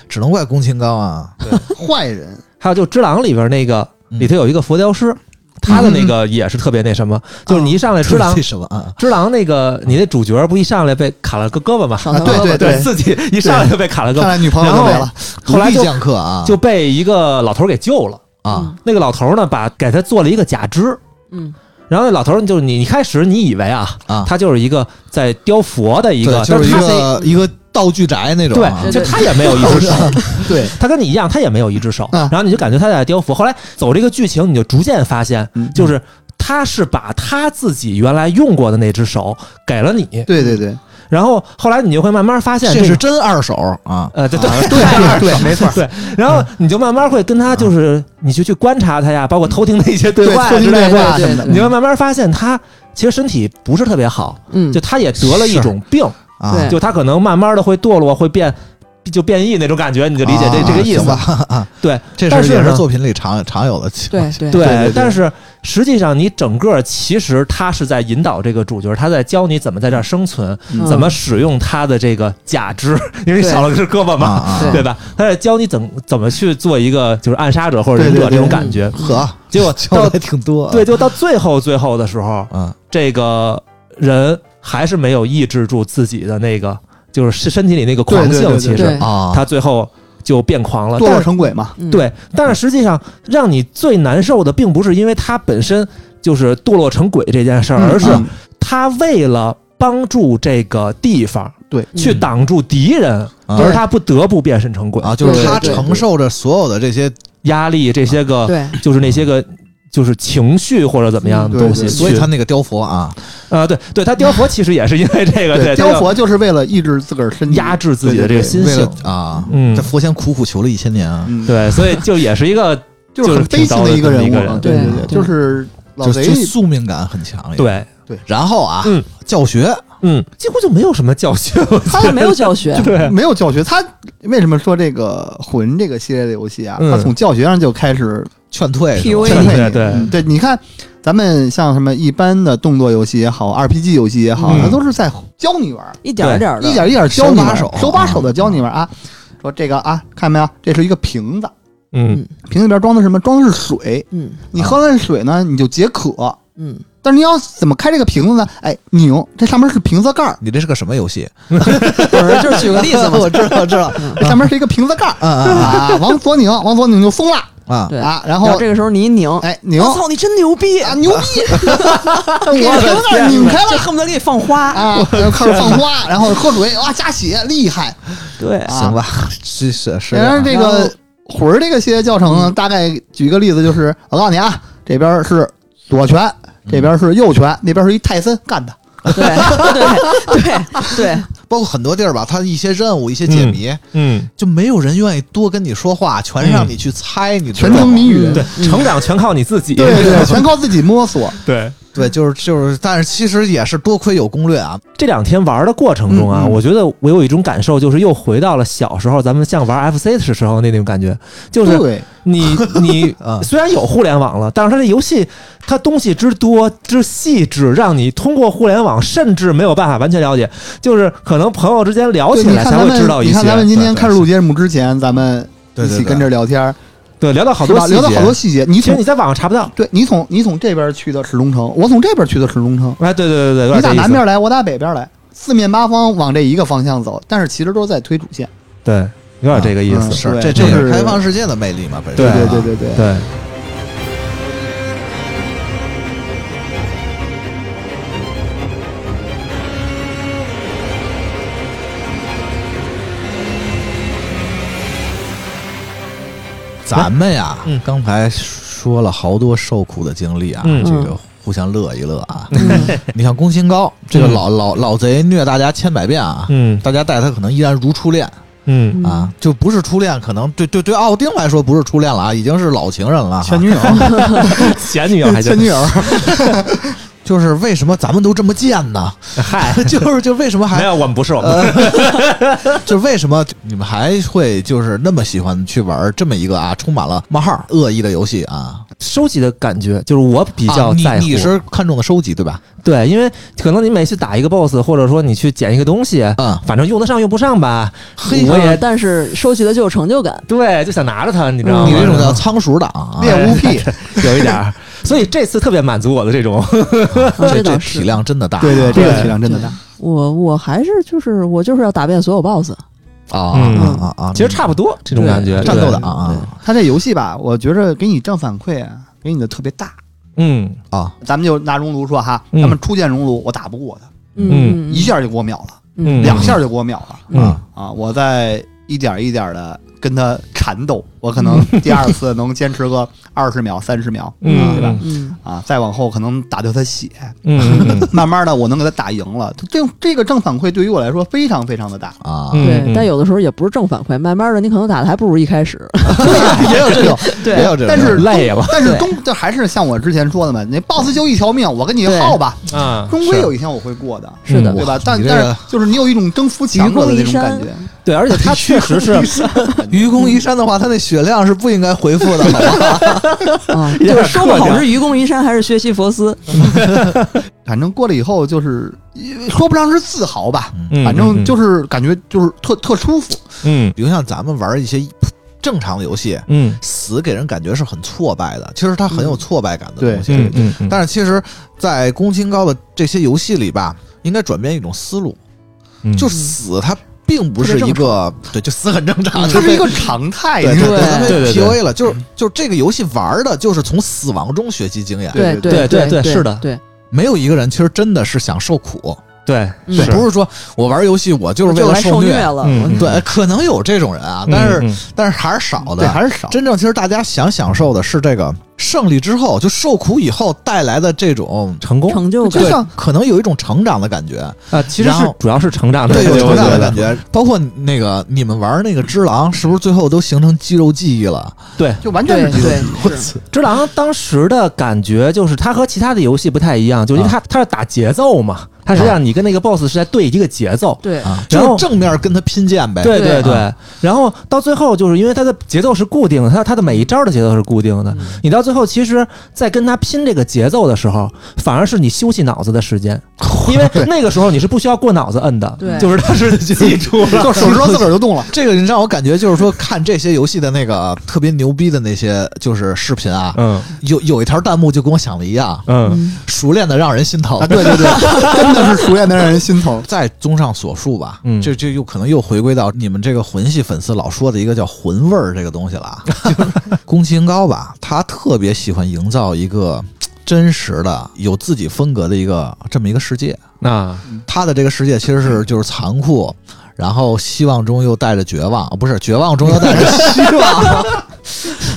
A: 只能怪宫崎高啊。
F: 坏人
B: 还有就《只狼》里边那个
A: 嗯
B: 里头有一个佛雕师，他的那个也是特别那什么，就是你一上来《只 狼
A: 为》。什么 啊？
B: 只狼那个，你那主角不一上来被砍了个胳膊嘛？
C: 上头
F: 啊对
C: 了
F: 对
B: 对自己一上来就被砍了胳
F: 看
B: 膊，
F: 来女朋友
B: 然
F: 都
B: 后
F: 没了，
B: 后来
A: 独立
B: 就
A: 剑客啊，
B: 就被一个老头儿给救了。
A: 啊
B: 那个老头儿呢，把给他做了一个假肢，
C: 嗯，
B: 然后那老头儿就是你，你开始你以为啊，
A: 啊，
B: 他就是一个在雕佛的一个，
A: 对就是一
B: 但他
A: 个一个道具宅那种啊，
B: 对，就他也没有一只手，
F: 对，
B: 他跟你一样，他也没有一只手，
F: 嗯
B: 然后你就感觉他在雕佛。后来走这个剧情，你就逐渐发现，
F: 嗯
B: 就是他是把他自己原来用过的那只手给了你，
F: 对对对，
B: 然后后来你就会慢慢发现
A: 这
B: 个
A: 是真二手啊。
B: 呃，对对
F: 啊 对对对，没错，
B: 对， 然后你就慢慢会跟他就是，你就去观察他呀，包括偷听的一些
F: 啊嗯对，
B: 话
F: 错
B: 之
F: 听
B: 类
F: 对
B: 的，
F: 话什么的
B: 你，会慢慢发现他其实身体不是特别好，
C: 嗯
B: 就他也得了一种病，
A: 啊，
C: 对
B: 就他可能慢慢的会堕落，会变。就变异那种感觉，你就理解这、
F: 哦
A: 啊
B: 这个意
A: 行
B: 思。
A: 吧啊，
B: 对，
A: 这
B: 但
A: 事
B: 是
A: 儿也
B: 呢
A: 是作品里常常有的情况。
C: 对对
B: 对
F: 哎对对
B: 但是实际上你整个其实他是在引导这个主角，他在教你怎么在这儿生存，
F: 嗯
B: 怎么使用他的这个假肢， 因为
C: 对
B: 少了只胳膊
A: 啊
B: 嘛，
F: 嗯
A: 啊，
C: 对
B: 对吧？他在教你怎怎么去做一个就是暗杀者或者忍
F: 对
B: 者
F: 对对嗯
B: 这种感觉。
A: 呵，
B: 结 果
A: 教的
B: 到
A: 还挺多。啊
B: 对，就到最后最后的时候，
A: 嗯，
B: 这个人还是没有抑制住自己的那个，就是身身体里那个狂
F: 对对
B: 性，
F: 对
B: 其
F: 对
B: 实
C: 对
A: 啊，
B: 哎他最后就变狂了。
F: 堕落
B: 但是
F: 成鬼嘛，
C: 嗯
B: 对，但是实际上让你最难受的，并不是因为他本身就是堕落成鬼这件事儿，而是
F: 嗯
B: 他为了帮助这个地方
F: 对
B: 去
E: 嗯
B: 挡住敌人，
A: 嗯
B: 而他不得不变身成鬼，
A: 啊，就是
C: 对
A: 他
C: 对对
A: 承受着所有的这些，
B: 压力这些个
C: 对
B: 就是那些个。就是情绪或者怎么样的
F: 嗯对
B: 东西去，
F: 对
A: 所以他那个雕佛啊，
B: 啊、对对，他雕佛其实也是因为这个，对，
F: 雕
B: 这个
F: 佛就是为了抑制自个儿身体
B: 压制自己的这个心
A: 为
B: 性
A: 了，啊，
B: 嗯
A: 在佛前苦苦求了一千年啊，
F: 嗯，
B: 对，所以就也是一个
F: 就是很悲情的一个人物
B: 就是
F: 啊，
C: 挺
F: 对
C: 糟的
F: 对，就是老
A: 就
F: 贼
A: 就宿命感很强。，
B: 对，
A: 然后啊
B: 嗯，
A: 教学
B: 嗯，几乎就没有什么教训，
C: 他也没有教学，
B: 对，嗯
F: 没有教学。他为什么说这个魂这个系列的游戏啊？
B: 嗯
F: 他从教学上就开始
A: 劝退是吧
C: PUA
F: 劝退你。
B: 对对
F: 嗯对，你看咱们像什么一般的动作游戏也好，RPG 游戏也好，
B: 嗯
F: 他都是在教你玩儿，
C: 一点儿点儿的，
F: 一点一点教你玩儿，
A: 手把手
F: 手把手的教你玩儿啊。说这个啊，看没有，这是一个瓶子，
B: 嗯
F: 瓶子里边装的什么？装的是水，
C: 嗯
F: 你喝完水呢，你就解渴。
C: 嗯，
F: 但是你要怎么开这个瓶子呢？哎，拧，这上面是瓶子盖儿，
A: 你这是个什么游戏？
C: 就是就是举个例 子嘛，
A: 我知道，知道，
C: 嗯
F: 这上面是一个瓶子盖儿
A: 嗯嗯
F: 啊，往左拧，往左拧就松了
A: 啊，
C: 对
F: 啊，然
C: 然后
F: 后
C: 这个时候你一拧，我
F: 哎拧啊
C: 操，你真牛逼，
F: 牛逼，给这瓶子盖儿拧开
C: 这
F: 了。
C: 恨不得给你放花，
F: 啊，然后开始放花，然后喝水，哇，加血，厉害！
C: 对
F: 啊
A: 行吧， 是是是这
F: 然
A: 样
F: 后
A: 啊，
F: 这个魂儿这个系列教程
B: 嗯
F: 呢，大概举个例子，就是我告诉你啊，这边是左拳，这边是右拳，那边是一泰森干的，
C: 对对对 对，
A: 包括很多地儿吧，它一些任务、一些解谜，
B: 嗯，
A: 就没有人愿意多跟你说话，全让你去猜，你知道
F: 全
A: 吗
F: 程谜语。
C: 嗯
B: 对，成长全靠你自己，
F: 对 对，全靠自己摸索。
B: 对
A: 对，就是就是，但是其实也是多亏有攻略啊，
B: 这两天玩的过程中啊，
F: 嗯嗯
B: 我觉得我有一种感受，就是又回到了小时候咱们像玩 FC 的时候那种感觉，就是
F: 对，嗯
B: 你 你
A: 啊
B: 虽然有互联网了，但是它这游戏它东西之多之细致，让你通过互联网甚至没有办法完全了解，就是可能朋友之间聊
F: 对
B: 起
F: 你
B: 来
F: 看
B: 才
F: 咱
B: 会
F: 们，
B: 知道一
F: 你看咱们
B: 些。
F: 今天
A: 对
F: 开始录节目之前，咱们
A: 对
F: 一
A: 对
F: 起
A: 对
F: 跟这聊天儿，
B: 对，聊到好多
F: 是吧
B: 细
F: 聊到
B: 节
F: 好多细节。你
B: 其实你
F: 从
B: 在网上查不到。
F: 对你从你从这边去的石钟城，我从这边去的石钟城，
B: 哎，对对对对，有
F: 你
B: 点这
F: 打
B: 意思
F: 南边来，我打北边来，四面八方往这一个方向走，但是其实都是在推主线。
B: 对，有啊点这个意思。
F: 嗯
A: 是
F: 对
A: 这这
F: 就
A: 也
F: 是
A: 是开放世界的魅力嘛，本身
B: 对
F: 对
A: 啊
F: 对对对对。
B: 对，
A: 咱们呀
B: 嗯，
A: 刚才说了好多受苦的经历啊，
B: 嗯
A: 这个互相乐一乐啊。 你像宫心高这个
B: 嗯
A: 老老老贼虐大家千百遍啊，
B: 嗯
A: 大家待他可能依然如初恋
B: 嗯，
A: 啊，就不是初恋，可能对对对奥丁来说不是初恋了啊，已经是老情人了啊哈。
F: 女友，
B: 前女友还
F: 前
B: 真
F: 女友，
A: 就是为什么咱们都这么贱呢？
B: 嗨，
A: 就是就为什么
B: 没
A: 还
B: 有，我们不是我们，
A: 就为什么你们还会就是那么喜欢去玩这么一个啊充满了冒号恶意的游戏啊？
B: 收集的感觉就是我比较
A: 啊你
B: 在乎。
A: 你是看重的收集对吧？
B: 对，因为可能你每次打一个 boss，或者说你去捡一个东西，
A: 嗯，
B: 反正用得上用不上吧，
A: 嘿
B: 我也
C: 但是收集的就有成就 感，
B: 对，就想拿着它，你知道吗？
A: 你这种叫仓鼠党啊，
F: 猎
B: 哎
F: 物癖，
B: 有一点儿，所以这次特别满足我的这 种，
A: 这
C: 这
A: 这
C: 倒
A: 体
C: 是。
A: 量真的大啊，
F: 对对，这个
B: 对
F: 体量真的大。啊
C: 我我还是就是我就是要打遍所有 BOSS，
A: 啊
B: 嗯
A: 啊啊啊！
B: 其实差不多这种感觉，
C: 对
A: 战斗
B: 的，
A: 党啊
F: 他这游戏吧，我觉着给你正反馈啊，给你的特别大。
B: 嗯
A: 啊，
F: 咱们就拿熔炉说哈，
B: 嗯
F: 咱们初见熔炉，我打不过他，
B: 嗯
F: 一下就给我秒了，
B: 嗯
F: 两下就给我秒了
B: 嗯
F: 啊！我在一点一点的跟他缠斗，我 可能第二次能坚持个二十秒、三十秒
B: 嗯，
F: 对吧？
C: 嗯，
F: 啊，再往后可能打掉他血，
B: 嗯 嗯
F: 慢慢的我能给他打赢了。这这个正反馈对于我来说非常非常的大，
A: 啊，
B: 嗯
C: 对
B: 嗯，
C: 但有的时候也不是正反馈，慢慢的你可能打的还不如一开始。
F: 也有这种，
A: 也有这种，
F: 但是
B: 累了
F: 但是终这还是像我之前说的嘛，那 boss 就一条命，我跟你耗吧，
B: 啊，
F: 终归
B: 是
F: 有一天我会过的，
B: 是的
F: 对
A: 哇
F: 吧？但
A: 你这
F: 但
A: 个
F: 是就是你有一种征服强者的那种感觉，
B: 对，而且他确实是
A: 愚公移山的话，他那血量是不应该回复的，好 吧？
C: 啊，
B: 有
C: 就
B: 点
C: 是说不
B: 客
C: 好
B: 气
C: 是愚公移山还是学习佛斯，
F: 反正过了以后就是说不上是自豪吧，
B: 嗯
F: 反正就是感觉就是特特舒服。
B: 嗯
A: 比如像咱们玩一些正常的游戏，
B: 嗯
A: 死给人感觉是很挫败的，其实它很有挫败感的
F: 对
A: 东西。
B: 嗯嗯嗯，
A: 但是其实，在宫清高的这些游戏里吧，应该转变一种思路，
B: 嗯
A: 就死它并不是一个对，嗯就死很正常，
F: 啊它是一
A: 个。
F: 个常态，
A: 对，
F: 你知道
A: 对
F: 吗
C: 对
A: 对
B: 对对
A: P U A 了，就是就是这个游戏玩的，就是从死亡中学习经验。
F: 对
B: 对
C: 对对
B: 对是的
C: 对，
A: 没有一个人其实真的是想受苦，
B: 对
C: 嗯
B: 是
A: 不是说我玩游戏我就是为
C: 就
A: 了
C: 来受
A: 受
C: 虐。了，
B: 嗯嗯
A: 对，可能有这种人啊，但是、
B: 嗯
A: 但是还是少
F: 对，
A: 的，
F: 还是少。
A: 真正其实大家想享受的是这个胜利之后，就受苦以后带来的这种，
B: 成功
C: 成就
A: 对
C: 感。
F: 像
A: 可能有一种成长的感觉，
B: 啊，其实
A: 然
B: 是
A: 后
B: 主要是成长的，
A: 有成
B: 我觉
A: 长的
B: 得
A: 感觉。包括那个你们玩那个只狼，是不是最后都形成肌肉记忆了？
B: 对，
F: 就完全是
C: 对
F: 肌肉
C: 对
F: 记忆是
B: 只狼当时的感觉就是，它和其他的游戏不太一样，就是因为它它是打节奏嘛，它实际上你跟那个 boss 是在对一个节奏，
C: 对
A: 啊，
B: 哎然
A: 就
B: 后
A: 是正面跟他拼剑呗。
B: 对对
C: 对
B: 对。然后到最后就是因为它的节奏是固定的，它它的每一招的节奏是固定的，你到最后其实，在跟他拼这个节奏的时候，反而是你休息脑子的时 间，因为那个时候你是不需要过脑子摁的，
C: 对
B: 就是它是 记住了，
F: 就手指头自个儿 就动了。
A: 这个让我感觉就是说，看这些游戏的那个特别牛逼的那些就是视频啊，
B: 嗯
A: 有有一条弹幕就跟我想的一样，
B: 嗯
C: 嗯
A: 熟练的让人心疼
F: 啊，。对对对，真的是熟练的让人心 疼。
A: 再综上所述吧，
B: 嗯
A: 这这又可能又回归到你们这个魂系粉丝老说的一个叫魂味儿这个东西了啊。 就是宫崎英高吧，他特别喜欢营造一个嘖真实的、有自己风格的一个这么一个世界。
B: 啊
A: 他的这个世界其实 是就是残酷，然后希望中又带着绝望，啊不是绝望中又带着希望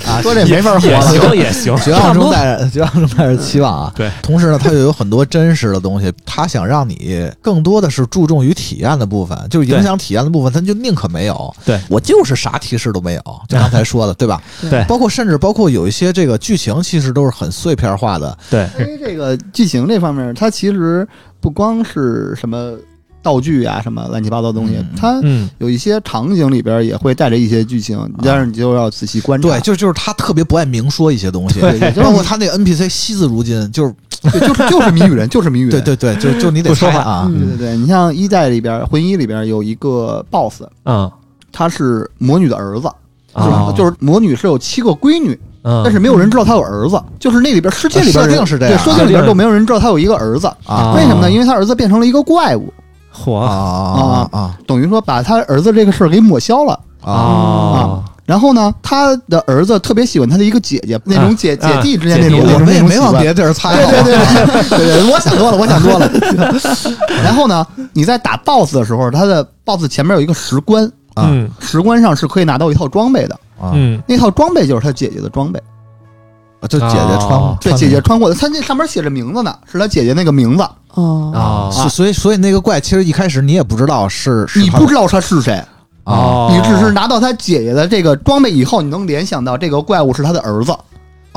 A: 啊，
F: 说这没法活
B: 也
F: 了。
B: 行也行，
A: 绝望中带着绝望中带着期望啊。
B: 对，
A: 同时呢，它又有很多真实的东西，它想让你更多的是注重于体验的部分，就是影响体验的部分，它就宁可没有。
B: 对
A: 我就是啥提示都没有，就刚才说的，对吧？
B: 对
A: 包括甚至包括有一些这个剧情，其实都是很碎片化的。
B: 对
F: 因为这个剧情这方面，它其实不光是什么道具啊，什么乱七八糟的东西，
A: 嗯
F: 它
B: 嗯
F: 有一些场景里边也会带着一些剧情，但是你就要仔细观察。
A: 对，就就是他特别不爱明说一些东西，
F: 对也就是
A: 包括他那 NPC 惜字如金，就是
F: 对，就是就是谜语人，就是谜语人。
A: 对对对，就就你得
B: 不说
A: 猜
B: 话
A: 啊
C: 嗯，
F: 对对对，你像一代里边，魂一里边有一个 BOSS，
B: 啊
F: 他是魔女的儿子，就是
B: 啊，
F: 就是魔女是有七个闺女，
B: 嗯
F: 但是没有人知道她有儿子，就是那里边世界里边
A: 设
F: 人
A: 定是这样
F: 对设定里
B: 设定
F: 边就没有人知道她有一个儿子。
A: 啊
F: 为什么呢？因为她儿子变成了一个怪物，
B: 火
A: 啊啊啊
F: 等于说把她儿子这个事儿给抹消了。
A: 啊
B: 哦
F: 然后呢，他的儿子特别喜欢他的一个姐姐，那种姐、
B: 啊
F: 姐弟之间那种、
B: 姐弟
F: 那
A: 我
F: 种
A: 们
F: 那
A: 也
F: 种
A: 没往
F: 习惯
A: 别的地儿猜， 啊
F: 对
A: 好吧
F: 对对对对，我想多了，我想多了。然后呢，你在打 BOSS 的时候，他的 BOSS 前面有一个石棺，
A: 啊
B: 嗯
F: 石棺上是可以拿到一套装备的，
A: 啊，
B: 嗯
F: 那套装备就是他姐姐的装备，
A: 就姐姐穿
B: 哦
F: 对
A: 哦穿
F: 姐
A: 那
F: 姐穿过的，他那上面写着名字呢，是他姐姐那个名字，
C: 哦，
F: 啊
B: 哦
A: 所所以所以那个怪其实一开始你也不知道是是
F: 你
A: 他
F: 不知道他是谁，
A: 啊
B: 哦，
F: 你只是拿到他姐姐的这个装备以后，你能联想到这个怪物是他的儿子。啊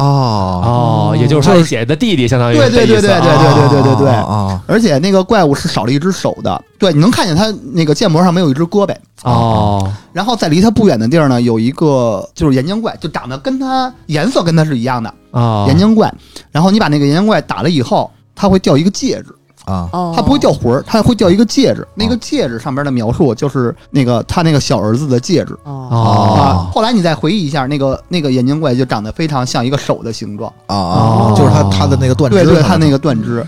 A: 哦，
B: 哦，也就是说姐姐的弟弟相当于
F: 对对
B: 这意思
F: 对对
A: 哎
F: 对对对对对对
A: 啊
F: 而且那个怪物是少了一只手的，对，你能看见他那个建模上没有一只胳膊。
B: 哦
F: 然后在离他不远的地儿呢，有一个就是岩浆怪，就长得跟他颜色跟他是一样的
B: 哦，
F: 岩浆怪。然后你把那个岩浆怪打了以后，它会掉一个戒指，
A: 啊
C: 哦
F: 它不会掉魂儿，它会掉一个戒
B: 哦
F: 指。那个戒指上边的描述就是那个他那个小儿子的戒指
C: 哦，
F: 啊
B: 哦。
F: 后来你再回忆一下，那个那个岩浆怪就长得非常像一个手的形状，
A: 啊啊，就是他他的那个断
F: 对
A: 肢，
F: 对，它那个断肢。
B: 哦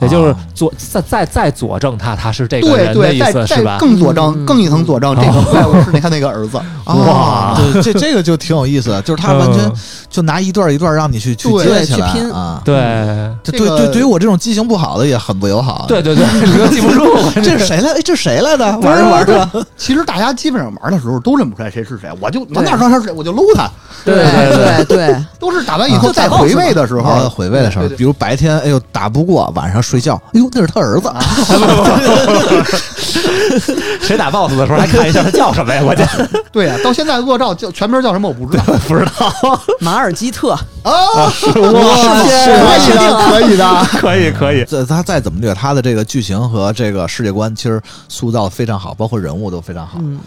B: 也就是佐再再再佐证他他是这个
F: 对
B: 人的
F: 对，
B: 意
F: 再
B: 思是
F: 再
B: 吧？
F: 更佐证，
C: 嗯
F: 更一层佐证，这个怪物是那他那个儿 子。
A: 啊，对，这这个就挺有意思的，就是他完全就拿一段一段让你去去
F: 嗯对
A: 接起
C: 去
A: 来
C: 拼
A: 啊。
B: 对
A: 这
F: 这
A: 对
F: 个
A: 对，对于我这种记性不好的也很不友好。，啊
B: 对对对，你都记 不住，
A: 这是谁来？哎，这是谁来的？玩着玩着，
F: 其实大家基本上玩的时候都认不出来谁是谁，我就我哪知道他是谁，我就搂他，
B: 对对对
C: 对对对，
F: 都是打完以后
A: 啊
F: 再 回味的时
A: 好
F: 候，
A: 啊回味的时候，
F: 对对
A: 比如白天，哎呦打不过，晚上睡觉，哎呦那是他儿子，
B: 谁打 BOSS 的时候还看一下他叫什么呀？我这
F: 对啊，到现在恶兆叫全名叫什么我不知道
B: 不知道，
C: 马尔基特，
F: 啊，
A: 我
F: 可以的，可以的，
B: 可以可以，
A: 这他再怎么虐，他的这个剧情和这个世界观其实塑造的非常好，包括人物都非常好。
C: 嗯，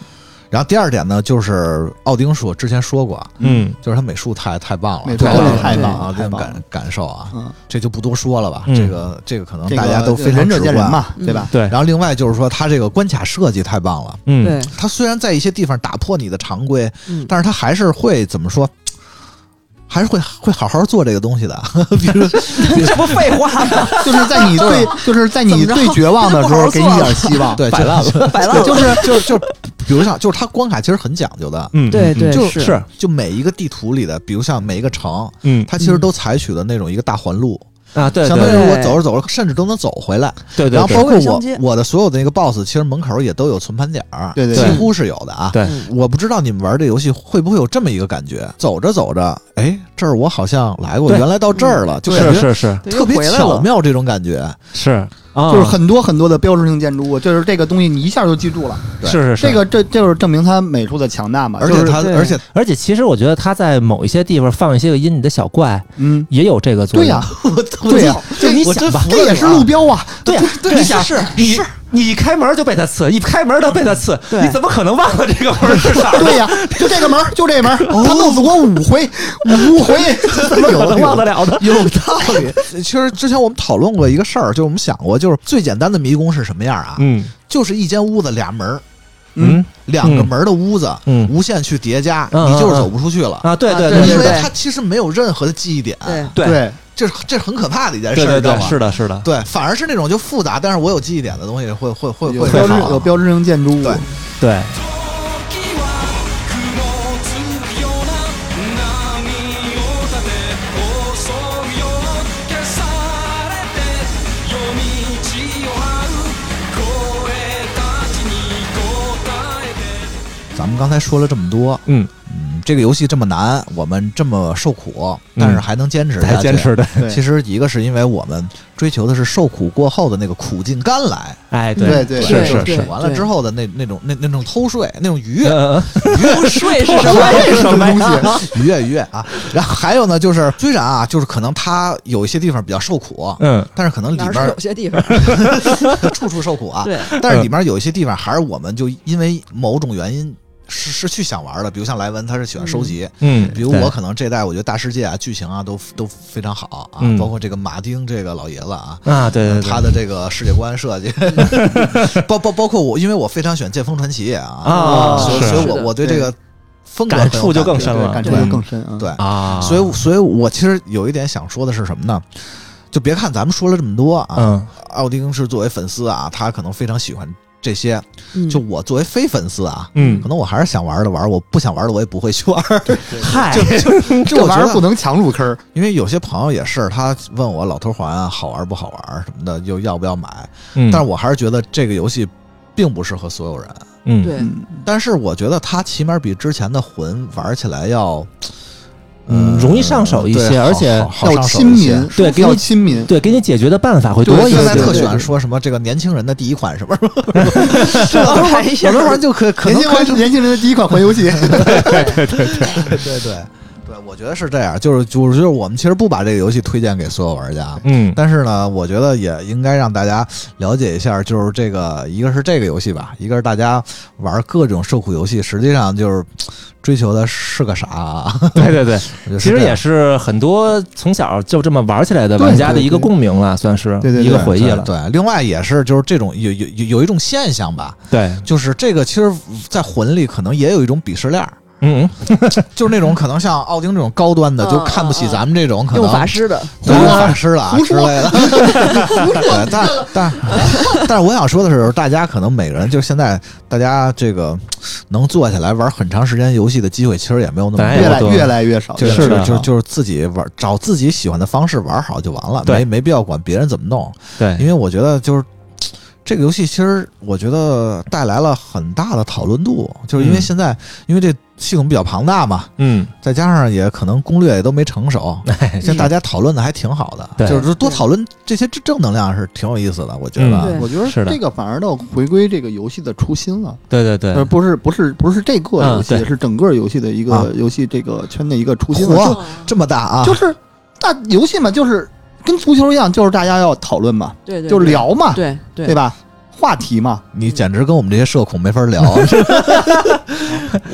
A: 然后第二点呢，就是奥丁说之前说过啊，
B: 嗯，
A: 就是他美术太太棒了，
F: 美术
A: 太棒
C: 真的太
F: 棒了
A: 啊，这
F: 太
A: 种
F: 棒了
A: 感感受啊
F: 嗯，
A: 这就不多说了吧。
B: 嗯
A: 这个这个可能
F: 这个
A: 大家都非常
F: 仁者
A: 直
F: 见
A: 观
F: 仁。嘛，
C: 嗯
F: 对吧？
B: 对
A: 然，后另外就是说，他这个关卡设计太棒了。
B: 嗯，
C: 对，
A: 他虽然在一些地方打破你的常规，
C: 嗯
A: 但是他还是会怎么说？还是会会好好做这个东西的， 比如
C: 这不废话吗？
F: 就是在你最就是在你
C: 怎么着
F: 最绝望的时候，给你一点希望。
A: 对，
B: 摆烂
A: 了，
C: 摆烂了
A: 就是 就就，比如像就是它关卡其实很讲究 的，
B: 嗯，
C: 对
B: 嗯
C: 对
A: 就是
B: 是，
A: 就每一个地图里的，比如像每一个城，
B: 嗯
A: 它其实都采取的那种一个大环路，
B: 啊，对
A: 相
B: 对
A: 当于
B: 对
A: 我走着走着，甚至都能走回来。
B: 对，
A: 然后
B: 对
A: 包括
C: 对
A: 我
C: 对
A: 我的所有的那个 BOSS，其实门口也都有存盘点儿，
F: 对对
A: 几
F: 对
A: 乎是有的啊。
B: 对
C: 嗯
A: 我不知道你们玩这游戏会不会有这么一个感觉，走着走着，哎，这儿我好像来过，
B: 对
A: 原来到这儿了，就感觉
B: 是是是
A: 特别
C: 又回来
A: 巧
C: 了，
A: 妙这种感觉。
B: 是啊，
F: 就是很多很多的标志性建筑物，就是这个东西你一下就记住了。
A: 对
B: 是是是
F: 这个这这就是证明它美术的强大嘛。
A: 而
F: 就
A: 且
F: 是
A: 它，
C: 对
A: 而且
B: 而且其实我觉得他在某一些地方放一些个阴你的小怪，
F: 嗯，
B: 也有这个作
F: 对
B: 用
F: 呀。，
A: 我
F: 对呀，
B: 就你
A: 我
B: 想
A: 真
B: 吧，
A: 服
F: 这也是路标啊。
B: 对呀，
C: 对，是是
B: 你你一开门就被他刺，一开门就被他刺，
C: 对
B: 你怎么可能忘了这个门是啥？
F: 对呀，就这个门儿，就这门儿，他弄死过我五回，五回，怎么
B: 有能忘
F: 有
B: 得了的？
A: 有道理。其实之前我们讨论过一个事儿，就是我们想过，就是最简单的迷宫是什么样啊？
B: 嗯
A: 就是一间屋子俩门儿，
B: 嗯
A: 两个门儿的屋子，
B: 嗯
A: 无限去叠加，
B: 嗯
A: 你就是走不出去了。
B: 啊，对
C: 啊
B: 对
C: 对
B: 对
A: 因为
B: 对
A: 它其实没有任何的记忆点，
C: 对，
B: 对
F: 对，
A: 这是这是很可怕的一件事，
B: 对对
A: 知道
B: 对，
A: 吗
B: 是的是的，
A: 对，反而是那种就复杂，但是我有记忆点的东西会会会
F: 有
A: 会啊
F: 标志
A: 更好
F: 有标志性建筑物。
A: 对
B: 对，
A: 咱们刚才说了这么多，
B: 嗯，
A: 嗯，这个游戏这么难，我们这么受苦，但是还能坚持下去，
B: 嗯还坚。持的，
F: 对
A: 其实一个是因为我们追求的是受苦过后的那个苦尽甘来，
B: 哎，
F: 对对
B: 是是
C: 对
B: 是
A: 苦，完了之后的那那种那那种偷税那种愉悦
B: 呃
C: 不 睡是什
F: 什
C: 么？
F: 么是什么东西？
A: 愉悦愉悦啊。然后还有呢，就是虽然啊，就是可能他有一些地方比较受苦，
B: 嗯
A: 但是可能里
C: 哪儿
A: 边
C: 是有些地方？
A: 儿处处受苦啊。
C: 对，
A: 但
B: 嗯
A: 是里面有一些地方还是我们就因为某种原因是是去想玩的，比如像莱文他是喜欢收集，
B: 嗯，
A: 比如
B: 对
A: 我可能这代我觉得大世界啊剧情啊都都非常好啊，
B: 嗯
A: 包括这个马丁这个老爷子啊。
B: 啊，对对对，
A: 他的这个世界观设计， 包包包括我，因为我非常喜欢《剑锋传奇》啊，
B: 啊
A: 所以
B: 是
A: 所以
C: 是
A: 我
C: 的
A: 我对
F: 对
A: 这个风格
B: 感
A: 很有
B: 触就更
A: 觉
B: 深了
F: 对感触
A: 对
F: 就更深啊。
A: 对，
B: 啊，
A: 所以我所以我其实有一点想说的是什么呢？就别看咱们说了这么多啊，
B: 嗯
A: 奥丁是作为粉丝啊，他可能非常喜欢这些，
C: 嗯
A: 就我作为非粉丝啊，
B: 嗯
A: 可能我还是想玩的玩，我不想玩的我也不会去玩。
B: 嗨，
A: 这
F: 这
A: 我觉
F: 玩意儿
A: 得
F: 不，能强入坑儿，
A: 因为有些朋友也是，他问我老头环啊好玩不好玩什么的，又要不要买？
B: 嗯
A: 但是我还是觉得这个游戏并不适合所有人。
B: 嗯
C: 对，
F: 嗯，
A: 但是我觉得它起码比之前的魂玩起来要，
B: 嗯
A: 呃
B: 容易上手一些
A: 对
B: 而且
A: 好好好
F: 要
A: 上手
F: 亲
A: 一些
F: 民，
B: 对给你
F: 要亲民。
B: 对，给你解决的办法会多
A: 我
B: 一
A: 现在
B: 些，
A: 特
F: 对
A: 喜
F: 对
A: 欢说什么这个年轻人的第一款什 么什么，
C: 老头嗯玩
A: 有的时候就可可
F: 年
A: 能
F: 轻
A: 可以
F: 人，年轻人的第一款魂游 戏，
A: 对对对对，我觉得是这样，就是就是就是我们其实不把这个游戏推荐给所有玩家。
B: 嗯
A: 但是呢，我觉得也应该让大家了解一下，就是这个，一个是这个游戏吧，一个是大家玩各种受苦游戏，实际上就是追求的是个啥、 啊？
B: 对对 对，
A: 我觉得是
B: 其实
A: 这样
B: 也是很多从小就这么玩起来的玩家的一个共鸣了，算是
F: 对对对
B: 一个回忆了。
A: 对，对另外也是就是这种有有有有一种现象吧，
B: 对，
A: 就是这个其实，在魂里可能也有一种鄙视链儿，
B: 嗯，
A: 就是那种可能像奥丁这种高端的，
C: 嗯
A: 就看不起咱们这种可能
C: 用法师的，
A: 对用法师了啊
F: 胡
A: 之
F: 说
A: 类 的。对，但但但是我想说的是，大家可能每个人就是现在大家这个能坐下来玩很长时间游戏的机会，其实也没有那么多
B: 本来也
F: 越
B: 不
F: 来
B: 多
F: 越来越少，啊
A: 就
B: 对
A: 是
B: 是的
A: 就就是自己玩，找自己喜欢的方式玩好就完了，
B: 对
A: 没没必要管别人怎么弄。因
B: 对，
A: 为我觉得就是这个游戏，其实我觉得带来了很大的讨论度，就是因为
B: 嗯
A: 现在、因为这系统比较庞大嘛，
B: 嗯，
A: 再加上也可能攻略也都没成熟，现在大家讨论的还挺好的，
B: 哎对
A: 就是说多讨论这些正能量是挺有意思的，我觉
B: 嗯
A: 得。
C: 对
F: 我觉得
B: 是的
F: 这个反而倒回归这个游戏的初心了，
B: 对对对
F: 呃，，不是不是不是这个游戏，
B: 嗯对
F: 是整个游戏的一
A: 啊
F: 个游戏这个圈的一个初心了，
C: 哦
A: 活这么大啊
F: 就，就是大游戏嘛，就是跟足球一样，就是大家要讨论嘛，
C: 对对，
F: 就
C: 对，
F: 聊嘛，
C: 对对
F: 对吧？话题嘛，
A: 你简直跟我们这些社恐没法聊。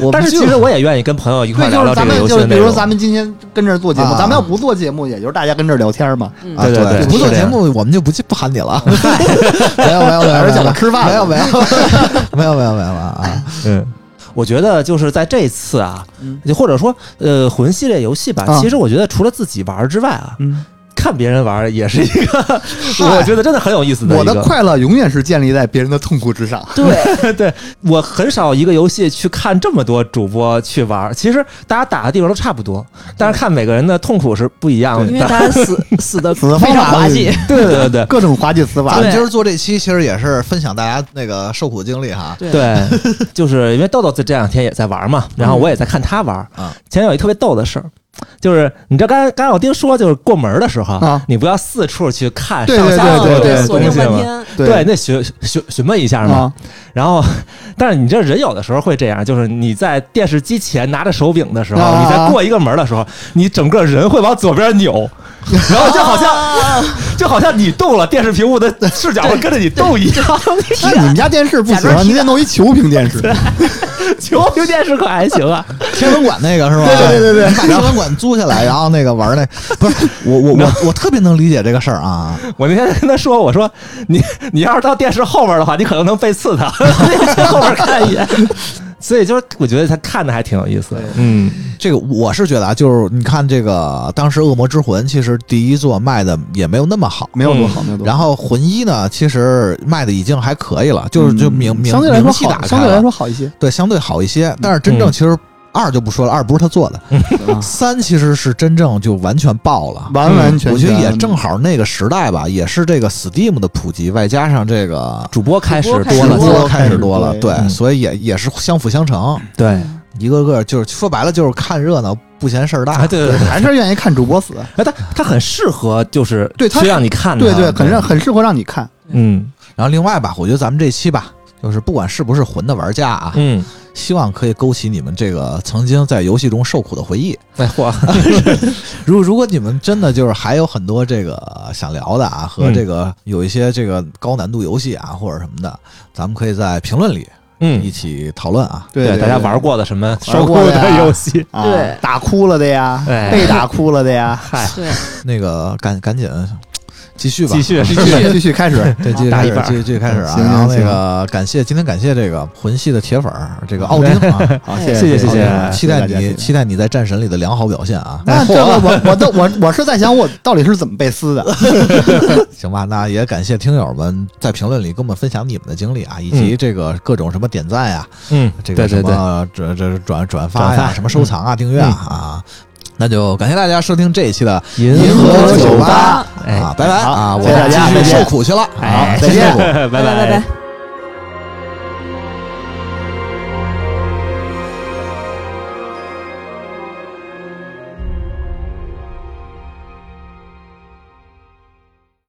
A: 我们
B: 但是
A: 就
B: 其实我也愿意跟朋友一块
F: 对，
B: 儿
F: 就
B: 聊聊
F: 是咱
B: 这个
F: 们
B: 游戏
F: 就
B: 的
F: 是比
B: 内
F: 如
B: 容。
F: 咱们今天跟这儿做节目，
A: 啊
F: 咱们要不做节目，也就是大家跟这儿聊天 嘛，
C: 嗯
A: 啊，
B: 对对对
A: 不做
B: 是这
A: 节
B: 样
A: 目，我们就不去不喊你了。没有没有没有，
F: 还是
A: 没有
F: 请我吃饭
A: 没有没有没有没有没有啊！
B: 嗯，我觉得就是在这次啊，
F: 嗯
B: 就或者说呃魂系列游戏吧，
F: 啊
B: 其实我觉得除了自己玩儿之外啊，
F: 嗯，
B: 看别人玩儿也是一个，
F: 嗨
B: 我觉得真的很有意哎思的一个。
F: 我的快乐永远是建立在别人的痛苦之上。
C: 对，
B: 对我很少一个游戏去看这么多主播去玩儿，其实大家打的地方都差不多，但是看每个人的痛苦是不一样
C: 因为
B: 的。
C: 大家死死的
F: 死的
C: 非
F: 方
C: 常
F: 法
C: 滑稽，
B: 对对对对
F: 各种滑稽死
A: 咱
F: 法
A: 们
C: 对，
A: 今儿做这期，其实也是分享大家那个受苦经历哈。
C: 对
B: 对，就是因为豆豆这这两天也在玩嘛，然后我也在看他玩儿
F: 啊
A: 嗯。
B: 前有一特别逗的事儿，就是你知道刚才刚才我听说，就是过门儿的时候
F: 啊，
B: 你不要四处去看
F: 对
B: 上
F: 对
B: 下左右
F: 对
B: 的
C: 锁
B: 东
C: 定
B: 西
C: 半
B: 嘛。
C: 天，
B: 对，那询询询问一下嘛
F: 啊，，
B: 然后，但是你这人有的时候会这样，就是你在电视机前拿着手柄的时候，
F: 啊
B: 你在过一个门的时候，你整个人会往左边 扭，然后就好像、 就好像你动了，电视屏幕的视角会跟着你动一样。
F: 那你们家电视不
C: 假
F: 行
C: 装
F: 啊，
C: 踢
F: 你得弄一球屏电视。
B: 球屏电视可还行啊，
A: 天文馆那个是吧？对对对对，把天文馆租下来，然后那个玩那，不是我我我我特别能理解这个事儿啊。
B: 我那天跟他说，我说你你要是到电视后边的话，你可能能被刺他， 去后边看一眼。所以就是我觉得他看的还挺有意思的，嗯，
A: 这个我是觉得啊，就是你看这个当时《恶魔之魂》，其实第一座卖的也没有那么好。
F: 没有多好，没有多好。
A: 然后魂一呢，其实卖的已经还可以了，就是就名
F: 嗯
A: 名
F: 相对来说
A: 名气打
F: 好，
A: 开
F: 相对来
A: 了
F: 说好一些。
A: 对相对好一些，但是真正
B: 嗯
A: 其实二就不说了，二不是他做的，
F: 啊
A: 三其实是真正就完全爆了，嗯
F: 完完全全，
A: 我觉得也正好那个时代吧，也是这个 Steam 的普及，外加上这个
B: 主播开始
C: 主播
B: 多
C: 开始
B: 了
A: 直
B: 起来，
A: 播开始多了，
F: 对
A: 对，
B: 哦嗯
A: 所以也也是相辅相成，
B: 对
A: 一个个就是说白了就是看热闹不嫌事儿大
B: 啊，，对对对
F: 对，。还是愿意看主播死。
B: 哎，他他很适合，就是
F: 对他
B: 去让你看的，啊
F: 对对，很让很适合让你看。
B: 嗯
A: 然后另外吧，我觉得咱们这期吧。就是不管是不是魂的玩家啊，
B: 嗯，
A: 希望可以勾起你们这个曾经在游戏中受苦的回忆。
B: 哎嚯，
A: 如如果你们真的就是还有很多这个想聊的啊，和
B: 嗯
A: 这个有一些这个高难度游戏啊或者什么的，咱们可以在评论里一
B: 嗯，
A: 起讨论啊。
F: 对对，
B: 大家玩
F: 过
B: 过的什么
F: 玩
B: 收
F: 过
B: 获
F: 的
B: 的
F: 呀
B: 游戏？
F: 啊
C: 对
F: 打哭了的呀，
B: 哎
F: 被打哭了的呀。
B: 嗨，
C: 对，
A: 那个赶赶紧继续吧，
B: 继续
F: 继续继续开始，
A: 对，继续
B: 打
A: 开
B: 一
A: 始
B: 半，儿
A: 继续继续开始啊！
F: 行行
A: 然后那
F: 行
A: 个感谢今天感谢这个魂系的铁粉儿，这个奥丁啊，
F: 好，
C: 哎
F: 谢
B: 谢谢
F: 谢
B: 谢谢
F: 大家
A: 期待你。
F: 谢
A: 期待你在战神里的良好表现 啊！
F: 那这个我我都我我是在想我到底是怎么被撕的，
A: 行吧，那也感谢听友们在评论里跟我们分享你们的经历啊，以及这个各种什么点赞呀、
B: 嗯，
A: 这个
B: 对对
A: 什
B: 对，
A: 么这这转转发
B: 转
A: 呀、
B: 发
A: 什么收藏啊、订阅啊啊！那就感谢大家收听这一期的银
F: 河
A: 酒
F: 酒
A: 吧
F: 吧
A: 啊，拜拜
F: 好
A: 啊！我
F: 谢谢大家
A: 继
F: 再
A: 续
F: 见
A: 受苦去了啊，
B: 哎，
A: 继续受苦。
B: 拜
C: 拜拜。